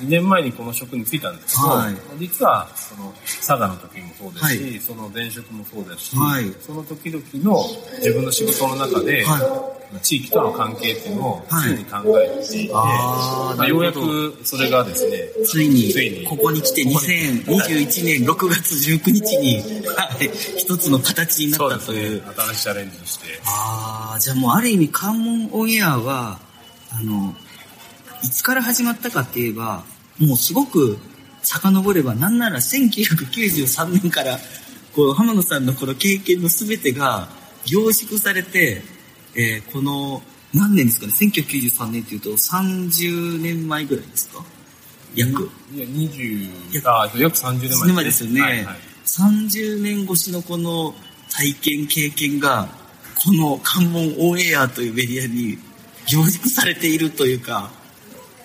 Speaker 2: 2年前にこの職に就いたんですけど、
Speaker 1: はい
Speaker 2: 実はその佐賀の時もそうですし、
Speaker 1: は
Speaker 2: その前職もそうですし、
Speaker 1: はい
Speaker 2: その時々の自分の仕事の中で、
Speaker 1: は
Speaker 2: 地域との関係っていうのを
Speaker 1: はい
Speaker 2: 常に考えていて、
Speaker 1: あー
Speaker 2: ま
Speaker 1: な
Speaker 2: あ、
Speaker 1: る
Speaker 2: よ
Speaker 1: ほ
Speaker 2: う
Speaker 1: ど
Speaker 2: やくそれがですね、
Speaker 1: ついに
Speaker 2: ついに
Speaker 1: ここに来て2021年6月19日に、はい、一つの形にな
Speaker 2: そう
Speaker 1: っ
Speaker 2: で
Speaker 1: た
Speaker 2: す
Speaker 1: という
Speaker 2: ね、新しいチャレンジをして、
Speaker 1: ああ、じゃあもうある意味関門オンエアは、あの、いつから始まったかって言えば、もうすごく遡れば、なんなら1993年から、こう、浜野さんのこの経験の全てが凝縮されて、えーこの、何年ですかね、1993年っていうと30年前ぐらいですか約。
Speaker 2: いや20あ約30年前
Speaker 1: ですよね、
Speaker 2: はいはい
Speaker 1: 30年越しのこの体験経験がこの関門オンエアというメディアに凝縮されているというか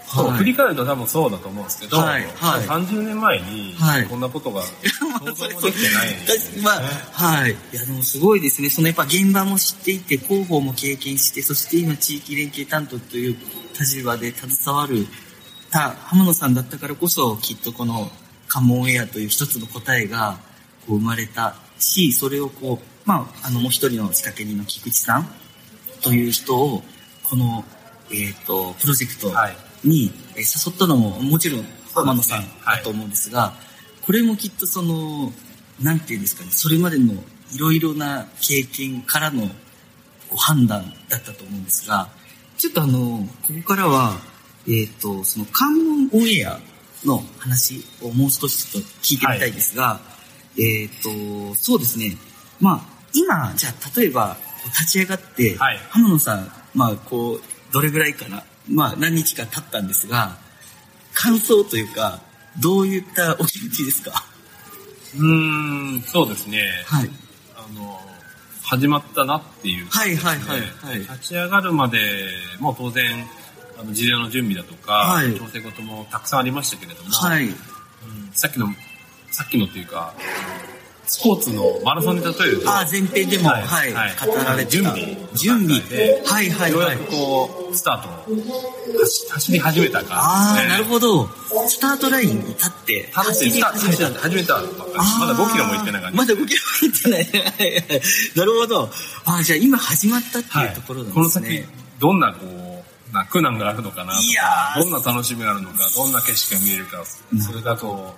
Speaker 2: そう
Speaker 1: はい
Speaker 2: 振り返ると多分そうだと思うんですけど、
Speaker 1: はいはい
Speaker 2: 30年前に
Speaker 1: はい
Speaker 2: こんなことが
Speaker 1: ま
Speaker 2: 想
Speaker 1: あそ
Speaker 2: 像
Speaker 1: れ
Speaker 2: も
Speaker 1: そ
Speaker 2: で
Speaker 1: れ
Speaker 2: きてない、
Speaker 1: だまあ、はい。いや、でもすごいですね。そのやっぱ現場も知っていて、広報も経験して、そして今地域連携担当という立場で携わるた浜野さんだったからこそ、きっとこのカモンエアという一つの答えがこう生まれたし、それをこう、まあ、あの、もう一人の仕掛け人の菊池さんという人を、この、えっ、と、プロジェクト、
Speaker 2: はい
Speaker 1: にえー誘ったのももちろん浜野さん
Speaker 2: はい
Speaker 1: だと思うんですが、これもきっとそのなんていうんですかねそれまでのいろいろな経験からのご判断だったと思うんですがちょっとあのここからはえっ、とその関門オンエアの話をもう少しちょっと聞いてみたいですが、えっ、とそうですねまあ今じゃあ例えばこう立ち上がって、
Speaker 2: はい
Speaker 1: 浜野さん、まあ、こう、どれぐらいかな、まあ、何日か経ったんですが、感想というか、どういったお気持ちですか
Speaker 2: うーんそうですね
Speaker 1: はい。
Speaker 2: あの始まったなっていう、
Speaker 1: はいはいはいはい
Speaker 2: 立ち上がるまでも当然あの事例の準備だとか、
Speaker 1: はい
Speaker 2: 調整事もたくさんありましたけれども、
Speaker 1: はい。
Speaker 2: うんさっきのさっきのというかスポーツのマラソンに例えると
Speaker 1: ああ、前編でも、
Speaker 2: は
Speaker 1: はいい、
Speaker 2: はい
Speaker 1: 語られて
Speaker 2: 準
Speaker 1: た
Speaker 2: 備
Speaker 1: 準備
Speaker 2: で。
Speaker 1: はいはい
Speaker 2: よう
Speaker 1: は
Speaker 2: や
Speaker 1: い
Speaker 2: く。こうスタートを走走り始めた感
Speaker 1: あ
Speaker 2: じ
Speaker 1: あ、なる
Speaker 2: ど
Speaker 1: ほど。スタートラインに立って、
Speaker 2: 走ってスタート
Speaker 1: 始めた
Speaker 2: 始めたばっかりまだ5キロも行ってない感じ
Speaker 1: まだ5キロも行ってない はいはい。なるほど。ああ、じゃあ今始まったって
Speaker 2: はいいう
Speaker 1: ところなん
Speaker 2: こ
Speaker 1: で
Speaker 2: の
Speaker 1: すね。
Speaker 2: 先どんなこうな苦難があるのかなと
Speaker 1: いや
Speaker 2: か
Speaker 1: ー
Speaker 2: どんな楽しみがあるのかどんな景色が見えるかそれがこ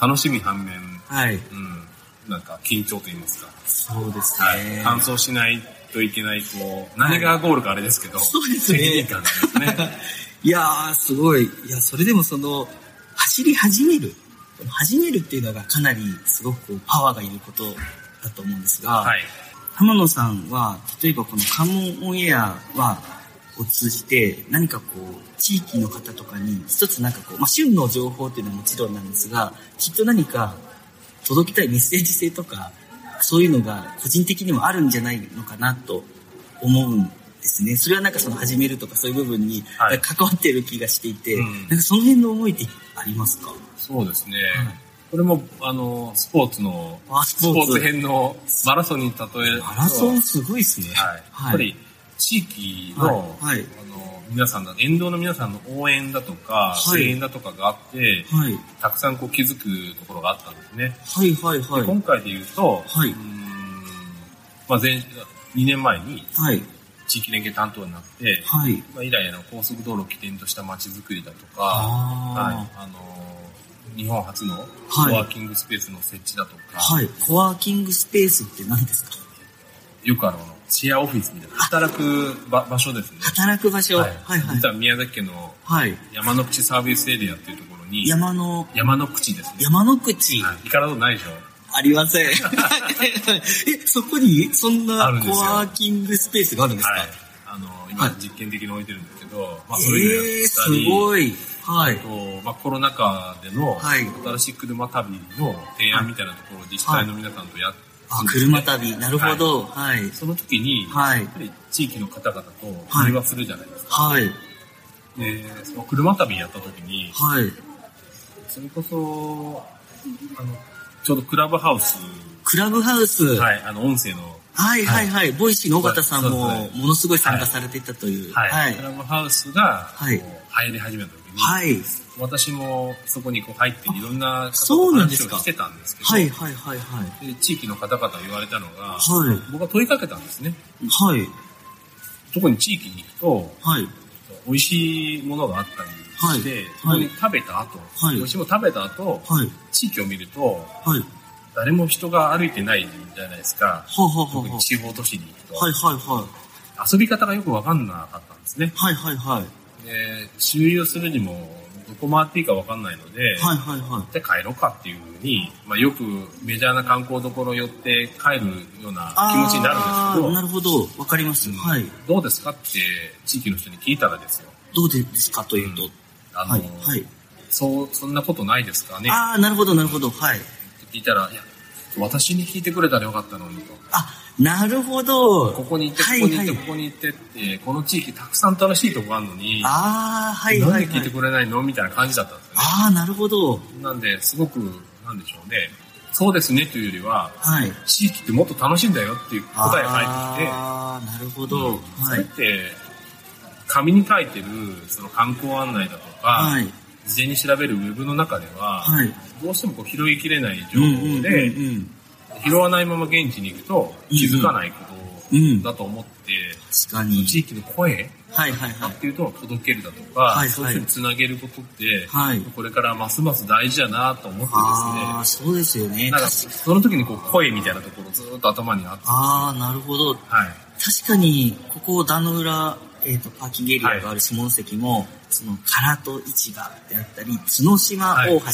Speaker 2: う楽しみ反面
Speaker 1: はい。
Speaker 2: うんなんか緊張と言いますか
Speaker 1: そうです
Speaker 2: はい
Speaker 1: ね。
Speaker 2: 完走しないといけないこう何がゴールかあれですけど
Speaker 1: そうですね
Speaker 2: 責任感ですね
Speaker 1: いやー、すごい。いや、それでもその、走り始める。始めるっていうのがかなりすごくこうパワーがいることだと思うんですが、
Speaker 2: はい
Speaker 1: 浜野さんは、例えばこの関門オンエアは、を通じて何かこう、地域の方とかに一つなんかこう、まあ、旬の情報っていうのはもちろんなんですが、きっと何か届きたいメッセージ性とか、そういうのが個人的にもあるんじゃないのかなと思うんですね。それはなんかその始めるとかそういう部分に
Speaker 2: はい
Speaker 1: 関わってる気がしていて、
Speaker 2: うん
Speaker 1: なんかその辺の思いってありますか
Speaker 2: そうですね。
Speaker 1: はい
Speaker 2: これも、あの、スポーツの、
Speaker 1: あ
Speaker 2: ス
Speaker 1: ス
Speaker 2: ポ
Speaker 1: ポーツ
Speaker 2: ーツ編のマラソンに例えると、
Speaker 1: マラソンすごいですね。
Speaker 2: はい。やっぱり、地域の、
Speaker 1: はいはい
Speaker 2: あの、皆さんだ、沿道の皆さんの応援だとか、
Speaker 1: はい
Speaker 2: 声援だとかがあって、
Speaker 1: はい。
Speaker 2: たくさんこう気づくところがあったんですね。
Speaker 1: はいはいはい。
Speaker 2: 今回で言うと、
Speaker 1: はいう
Speaker 2: ーんまあ、前、2年前に
Speaker 1: はい。
Speaker 2: 地域連携担当になって、
Speaker 1: はい。
Speaker 2: まあ、以来あの高速道路を起点とした街づくりだとか、は
Speaker 1: あ
Speaker 2: い、あのー日本初の
Speaker 1: い
Speaker 2: ワーキングスペースの設置だとか、
Speaker 1: はい。コワーキングスペースって何ですか
Speaker 2: よくあの、シェアオフィスみたいな、働く場場所ですね。
Speaker 1: 働く場所。はい、はい、はい
Speaker 2: 実は宮崎県の
Speaker 1: はい。
Speaker 2: 山の口サービスエリアっていうところに、
Speaker 1: 山の、
Speaker 2: 山の口ですね。
Speaker 1: 山の口。
Speaker 2: はい、行かれたことないでしょ
Speaker 1: あありません。 え、そこにそん
Speaker 2: あ
Speaker 1: な
Speaker 2: るんですよ
Speaker 1: コワーキングスペースがあるんですか
Speaker 2: はい。あの、今
Speaker 1: はい
Speaker 2: 実験的に置いてるんですけど、まあそれで
Speaker 1: ええー、
Speaker 2: やった
Speaker 1: す
Speaker 2: り、
Speaker 1: ごい。は
Speaker 2: あ
Speaker 1: い。
Speaker 2: と、まあコロナ禍での、
Speaker 1: はい
Speaker 2: 新しい車旅の提案みたいなところを自治体の皆さんとやって、
Speaker 1: あ、車旅。なるほど。はい。
Speaker 2: その時に、
Speaker 1: はい
Speaker 2: やっぱり地域の方々と
Speaker 1: はい
Speaker 2: 会話するじゃないですか。
Speaker 1: はい。
Speaker 2: で、その車旅やった時に、
Speaker 1: はい。
Speaker 2: それこそ、あの、ちょうどクラブハウス、
Speaker 1: クラブハウス。はい、
Speaker 2: はい、あの、音声の、
Speaker 1: はい、はい、ボイシーの尾形さん
Speaker 2: そう
Speaker 1: も
Speaker 2: で、すね
Speaker 1: ものすごい参加されていたという。
Speaker 2: はい、
Speaker 1: はい
Speaker 2: ク。ラブハウスが、こう
Speaker 1: はい
Speaker 2: 入り始めた時に、
Speaker 1: はい。
Speaker 2: 私もそこにこう入っていろんな方
Speaker 1: そ
Speaker 2: と
Speaker 1: うなんで
Speaker 2: 話
Speaker 1: す
Speaker 2: を
Speaker 1: か
Speaker 2: してたんですけど、
Speaker 1: はい、はい、はい、はい。
Speaker 2: で地域の方々言われたの
Speaker 1: は
Speaker 2: が、
Speaker 1: い。
Speaker 2: 僕は問いかけたんですね。
Speaker 1: はい。
Speaker 2: 特に地域に行くと、
Speaker 1: はい。
Speaker 2: 美味しいものがあったりして、
Speaker 1: はい
Speaker 2: そこに食べた後、
Speaker 1: はい
Speaker 2: 美味しいもの食べた後、
Speaker 1: はい。
Speaker 2: 地域を見ると、
Speaker 1: はい。
Speaker 2: 誰も人が歩いてないじゃないですか。
Speaker 1: はあ、はあはあ
Speaker 2: 特
Speaker 1: は
Speaker 2: に地方都市に行くと、
Speaker 1: あ、はい、はい、はい。
Speaker 2: 遊び方がよくわかんなかったんですね。
Speaker 1: はい、はい、はい。
Speaker 2: で、周遊するにも、どこ回っていいかわかんないので、
Speaker 1: はい、はい、はい。
Speaker 2: で帰ろうかっていうふうに、まあ、よくメジャーな観光どころ寄って帰るような気持ちにな
Speaker 1: あ
Speaker 2: る
Speaker 1: ー
Speaker 2: ん
Speaker 1: な
Speaker 2: で
Speaker 1: るほど。わかります。
Speaker 2: すけど、
Speaker 1: はい。
Speaker 2: どうですかって地域の人に聞いたらですよ、
Speaker 1: どうですかというと。
Speaker 2: あの、
Speaker 1: はい、はい。
Speaker 2: そう、そんなことないですかね
Speaker 1: ああ、なるほど、なるほど。はい。
Speaker 2: って聞いたら、いや、私に聞いてくれたらよかったのにと。
Speaker 1: あ、なるほど。
Speaker 2: ここに行って、こ
Speaker 1: はい
Speaker 2: こに行
Speaker 1: は
Speaker 2: っ
Speaker 1: い
Speaker 2: て、ここに行ってって、この地域たくさん楽しいとこあるのに、な
Speaker 1: ああ、はい、
Speaker 2: ん
Speaker 1: はい、
Speaker 2: で
Speaker 1: は
Speaker 2: 聞いて
Speaker 1: い。
Speaker 2: くれないのみたいな感じだったんですよね。
Speaker 1: ああ、なるほど。
Speaker 2: なんで、すごく、なんでしょうね。そうですねというよりは、
Speaker 1: はい。
Speaker 2: 地域ってもっと楽しいんだよっていう答えが入ってきて、
Speaker 1: ああ、なるほど。
Speaker 2: そ
Speaker 1: は
Speaker 2: れっ
Speaker 1: い。
Speaker 2: て、紙に書いてるその観光案内だとか、
Speaker 1: はい。
Speaker 2: 事前に調べるウェブの中では、
Speaker 1: はい。
Speaker 2: どうしてもこう拾いきれない情
Speaker 1: うん
Speaker 2: 報
Speaker 1: うんうん
Speaker 2: で、
Speaker 1: うん。
Speaker 2: 拾わないまま現地に行くと気づかないことだと思って、
Speaker 1: 確かに。
Speaker 2: 地域の声
Speaker 1: はいはい
Speaker 2: だ
Speaker 1: は
Speaker 2: っ
Speaker 1: い。
Speaker 2: ていうのを届けるだとか、
Speaker 1: はいはい
Speaker 2: そういう人につなげることって、
Speaker 1: はい
Speaker 2: これからますます大事だなと思って
Speaker 1: ああ、
Speaker 2: ですね、
Speaker 1: そうですよね。
Speaker 2: なん
Speaker 1: 確
Speaker 2: か
Speaker 1: か
Speaker 2: その時にこう声みたいなところずっと頭にあって、
Speaker 1: ああ、なるほど。確
Speaker 2: はい、
Speaker 1: かに、ここ、壇の浦、えっ、と、パーキングエリアがある下関も、その、唐戸市場であったり、角島大橋、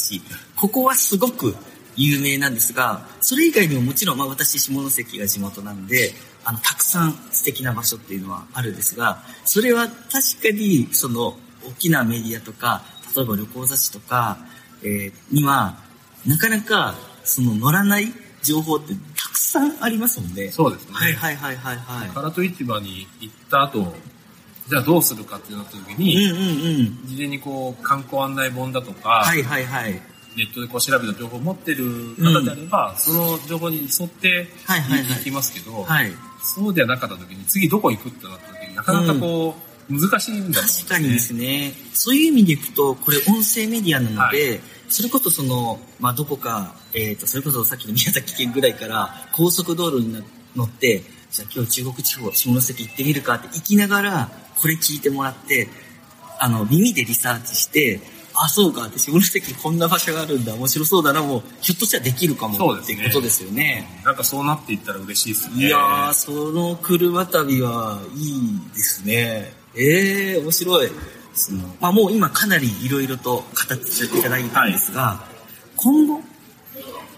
Speaker 1: ここはすごく有名なんですが、それ以外にももちろん、まあ私、下関が地元なんで、あの、たくさん素敵な場所っていうのはあるんですが、それは確かに、その、大きなメディアとか、例えば旅行雑誌とか、えーには、なかなか、その、乗らない情報ってたくさんありますもんね。
Speaker 2: そうですね。
Speaker 1: はいはいはいはいはい。
Speaker 2: カラト市場に行った後、じゃあどうするかってなった時に、
Speaker 1: うんうんうん。
Speaker 2: 事前にこう観光案内本だとか、
Speaker 1: はいはいはい。
Speaker 2: ネットでこう調べた情報を持ってる方であれば、その情報に沿って
Speaker 1: はいはいはい
Speaker 2: 行きますけど、
Speaker 1: はい。
Speaker 2: そうではなかった時に次どこ行くってなった時になかなかこう、難しいんだと思
Speaker 1: 確か
Speaker 2: うん
Speaker 1: にですね、そういう意味でいくと、これ音声メディアなので、それこそその、まあ、どこか、えっ、と、それこそさっきの宮崎県ぐらいから高速道路にな乗って、じゃあ今日中国地方下関行ってみるかって行きながら、これ聞いてもらって、あの、耳でリサーチして、あ、そうかって、下関こんな場所があるんだ、面白そうだな、もう、ひょっとしたらできるかも
Speaker 2: そうで
Speaker 1: っ
Speaker 2: す
Speaker 1: て
Speaker 2: ね
Speaker 1: ことですよね。
Speaker 2: なんかそうなっていったら嬉しいですね。
Speaker 1: いやー、その車旅はいいですね。ええー、面白い。そのまあもう今かなりいろいろと語っていただいたんですが、今後、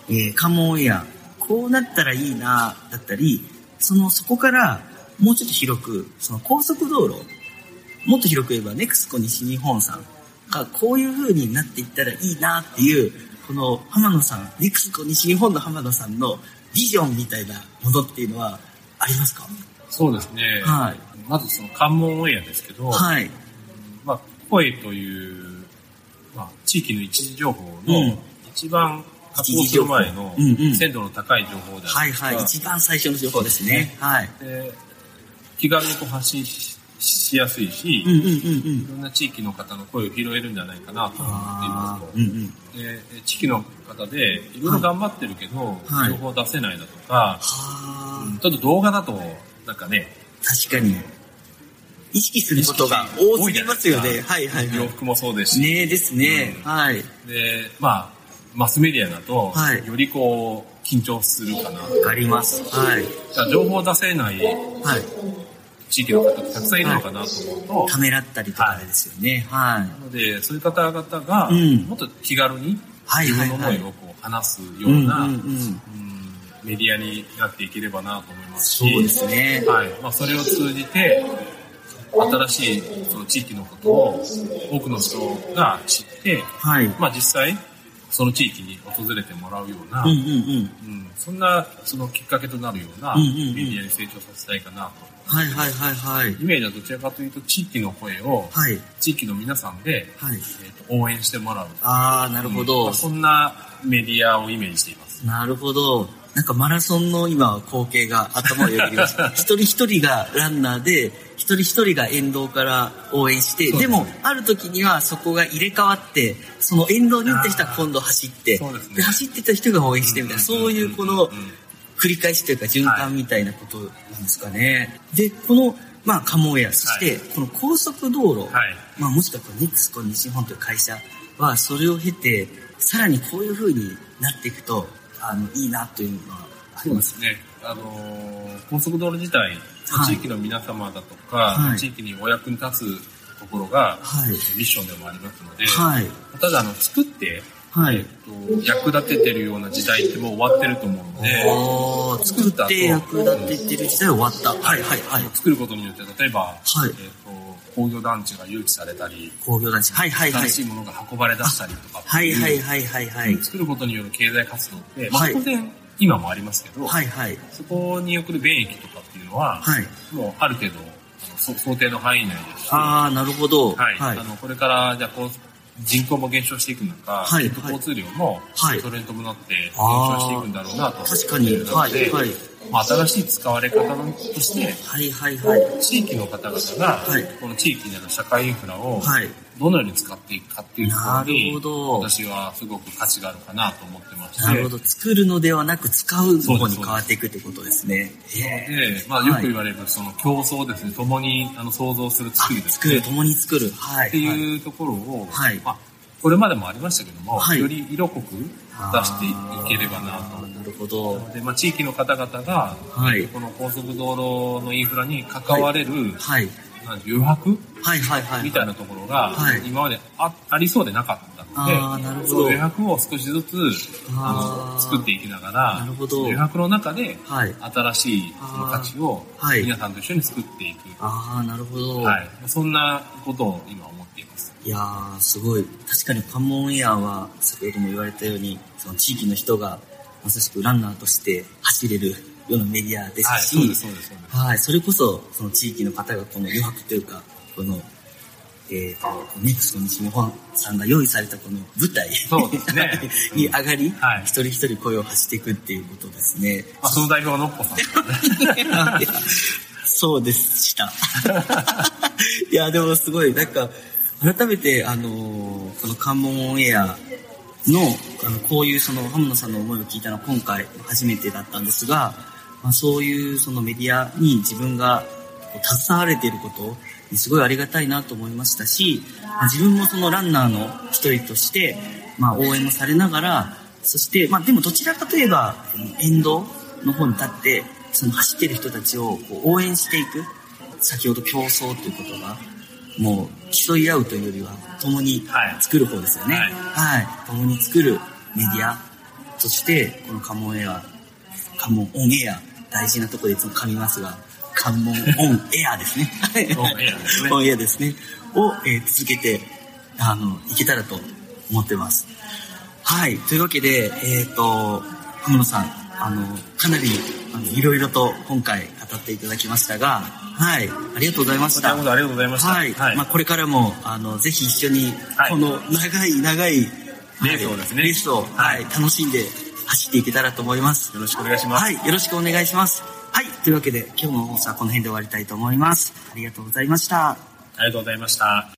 Speaker 1: えー、カモンエア、こうなったらいいな、だったり、その、そこから、もうちょっと広く、その高速道路、もっと広く言えば、ネクスコ西日本さんが、こういう風になっていったらいいなっていう、この浜野さん、ネクスコ西日本の浜野さんのビジョンみたいなものっていうのはありますか
Speaker 2: そうですね。
Speaker 1: はい
Speaker 2: まずその関門オンエアですけど、
Speaker 1: はい。
Speaker 2: まあ、声という、まあ、地域の一時情報の、
Speaker 1: うん
Speaker 2: 一番加工する前の
Speaker 1: 一時情報うんうん
Speaker 2: 鮮度の高い情報であ
Speaker 1: は
Speaker 2: る
Speaker 1: い
Speaker 2: とか
Speaker 1: はい。一番最初の情報ですね。はい。
Speaker 2: で気軽にこう発信ししやすいし、
Speaker 1: うん
Speaker 2: い
Speaker 1: うんうんうん。
Speaker 2: ろんな地域の方の声を拾えるんじゃないかなと思っていま
Speaker 1: あ
Speaker 2: すと
Speaker 1: ー。うんうん。
Speaker 2: で地域の方でいろいろ頑張ってるけど、
Speaker 1: はい
Speaker 2: 情報出せないだとか、
Speaker 1: はあ、
Speaker 2: ちょっと動画だとなんかね
Speaker 1: 確かに。意識することが多すぎますよね。はいはいは
Speaker 2: 洋
Speaker 1: い。
Speaker 2: 服もそうですし、
Speaker 1: ねえですね。はい。
Speaker 2: でまあマスメディアだと、
Speaker 1: はい
Speaker 2: よりこう緊張するかな
Speaker 1: わかります。はい。
Speaker 2: じゃあ情報を出せない
Speaker 1: はい。
Speaker 2: 地域の方ってたくさんいるのかなと思うと、
Speaker 1: ためらったりとかですよね。はい。
Speaker 2: なのでそういう方々が
Speaker 1: うん
Speaker 2: もっと気軽に
Speaker 1: はい
Speaker 2: 自
Speaker 1: はい
Speaker 2: 分
Speaker 1: は
Speaker 2: の
Speaker 1: い
Speaker 2: 思いをこう話すよ
Speaker 1: う
Speaker 2: うん
Speaker 1: うん
Speaker 2: な、
Speaker 1: うん。
Speaker 2: うんメディアになっていければなと思いますし、
Speaker 1: そうですね。
Speaker 2: はいまあ、それを通じて、新しいその地域のことを多くの人が知って、
Speaker 1: はい。
Speaker 2: まあ、実際、その地域に訪れてもらうような、
Speaker 1: う
Speaker 2: うん
Speaker 1: うんんうん。
Speaker 2: そんなそのきっかけとなるような
Speaker 1: うん
Speaker 2: メ
Speaker 1: う
Speaker 2: デ
Speaker 1: んうん
Speaker 2: ィアに成長させたいかなと。
Speaker 1: はいはいはいはい。
Speaker 2: イメージはどちらかというと、地域の声を
Speaker 1: はい。
Speaker 2: 地域の皆さんで、
Speaker 1: はい。
Speaker 2: えーと応援してもらう。
Speaker 1: あー、なるほ
Speaker 2: ま
Speaker 1: ど
Speaker 2: あ。そんなメディアをイメージしています。
Speaker 1: なるほど。なんかマラソンの今光景が頭をよぎり ます。一人一人がランナーで、一人一人が沿道から応援して、
Speaker 2: そう
Speaker 1: で
Speaker 2: ですね
Speaker 1: もある時にはそこが入れ替わって、その沿道に行った人は今度走って、
Speaker 2: そうですね
Speaker 1: 走ってた人が応援してみたいな、そういうこの
Speaker 2: んん
Speaker 1: 繰り返しというか循環みたいなことなんですかね。で、この、まあ、カモエア、そして、この高速道路、
Speaker 2: はい
Speaker 1: まあ、もしくはこのネクスコ西日本という会社は、それを経て、さらにこういう風になっていくと、あの、いいなというのはあり
Speaker 2: そう
Speaker 1: ま。
Speaker 2: ですすね。あのー高速道路自体、
Speaker 1: はい
Speaker 2: 地域の皆様だとか、
Speaker 1: はい
Speaker 2: 地域にお役に立つところが、
Speaker 1: はい
Speaker 2: ミッションでもありますので、
Speaker 1: はい。
Speaker 2: ただあの作って、
Speaker 1: はい
Speaker 2: えっと役立ててるような時代ってもう終わってると思うので、
Speaker 1: おー作って役立ててる時代は終わった。はいはいはい。
Speaker 2: 作ることによって例えば、
Speaker 1: はい
Speaker 2: えっと工業団地が誘致されたり、
Speaker 1: 工業団地。はいはいはい
Speaker 2: 新。しいものが運ばれ出したりとか、
Speaker 1: はいはいはいはいはい。
Speaker 2: 作ることによる経済活動って、まあ
Speaker 1: はい
Speaker 2: 当然今もありますけど、
Speaker 1: はいはい。
Speaker 2: そこに送る便益とかっていうのは、
Speaker 1: はい。
Speaker 2: もうある程度あのそ想定の範囲内ですし、は
Speaker 1: あー、なるほど。
Speaker 2: いあのこれからじゃあこう人口も減少していく中、
Speaker 1: はい
Speaker 2: ネット交通量も
Speaker 1: はい
Speaker 2: それに伴って減少していくんだろうなと、
Speaker 1: 確かに。
Speaker 2: なの
Speaker 1: はい
Speaker 2: で、
Speaker 1: はい。
Speaker 2: まあ、新しい使われ方として
Speaker 1: はいはいはい。
Speaker 2: 地域の方々が、
Speaker 1: はい
Speaker 2: この地域での社会インフラを
Speaker 1: はい。
Speaker 2: どのように使っていくかっていうところ
Speaker 1: なるほ
Speaker 2: に
Speaker 1: ど
Speaker 2: 私はすごく価値があるかなと思ってまして
Speaker 1: なるほど。作るのではなく使う方に変わっていくってことですね。へえ
Speaker 2: で、まあ、よく言われるその競争ですね共にあの創造する作り
Speaker 1: あ
Speaker 2: です
Speaker 1: 作
Speaker 2: ね
Speaker 1: る、共に作る。はい。
Speaker 2: って
Speaker 1: う。
Speaker 2: いうところを、
Speaker 1: はい
Speaker 2: まあ、これまでもありましたけども、
Speaker 1: はい
Speaker 2: より色濃く出していければなと。
Speaker 1: なるほど
Speaker 2: な。ので、まあ、地域の方々が、
Speaker 1: はい
Speaker 2: この高速道路のインフラに関われる、
Speaker 1: はい。
Speaker 2: なんか誘惑
Speaker 1: はいはいはい。
Speaker 2: みたいなところが、
Speaker 1: はい
Speaker 2: 今まであありそうでなかった
Speaker 1: あーな
Speaker 2: の
Speaker 1: るほ
Speaker 2: で、
Speaker 1: ど
Speaker 2: その誘惑を少しずつ
Speaker 1: あー
Speaker 2: あの作っていきなが
Speaker 1: なるほ
Speaker 2: ら、
Speaker 1: ど
Speaker 2: その誘惑の中で、
Speaker 1: はい。
Speaker 2: 新しいその価値を
Speaker 1: あーはい
Speaker 2: 皆さんと一緒に作っていく。
Speaker 1: ああ、なるほど。
Speaker 2: はい、そんなことを今思っています。
Speaker 1: いやー、すごい。確かにカモンエアは、先ほども言われたように、その地域の人が、まさしくランナーとして走れるようなメディアで
Speaker 2: はい、
Speaker 1: すし、
Speaker 2: そうです、そうです、そうです。
Speaker 1: はい、それこそ、その地域の方がこの余白というか、この、えっ、と、ネクスト西日本さんが用意されたこの舞台
Speaker 2: そうですね
Speaker 1: に上がり、
Speaker 2: はい
Speaker 1: 一人一人声を発していくっていうことですね。
Speaker 2: まあ、その代表はノッポさんですね。
Speaker 1: そうでした。 いや、でもすごい、なんか、改めて、あのーこの関門オンエアの、あの、こういうその、浜野さんの思いを聞いたのは今回初めてだったんですが、まあ、そういうそのメディアに自分がこう携われていることにすごいありがたいなと思いましたし、まあ自分もそのランナーの一人として、まあ、応援もされながら、そして、まあ、でもどちらかといえば、沿道の方に立って、その走ってる人たちをこう応援していく。先ほど競争ということが、もう競い合うというよりは、共に
Speaker 2: はい
Speaker 1: 作る方ですよね。
Speaker 2: はい
Speaker 1: はい。共に作るメディアとして、このカモンエア、カモンオンエア、大事なところでいつも噛みますが、カモンオンエアですね。
Speaker 2: オンエアです ね
Speaker 1: オンエアですね。を、えー続けて、あの、いけたらと思ってます。はい。というわけで、えっ、と、浜野さん、あの、かなり、あの、いろいろと今回語っていただきましたが、はい。ありがとうございま
Speaker 2: こ
Speaker 1: し
Speaker 2: ちら
Speaker 1: た
Speaker 2: こ。そありがとうございました。
Speaker 1: はい、まあ、これからもあのぜひ一緒に
Speaker 2: はい
Speaker 1: この長い長い、
Speaker 2: レースをですね
Speaker 1: レースを、はい楽しんで走っていけたらと思います
Speaker 2: よろしくお願いします。
Speaker 1: はいよろしくお願いしますはいというわけで今日の放送はこの辺で終わりたいと思いますありがとうございました
Speaker 2: ありがとうございました。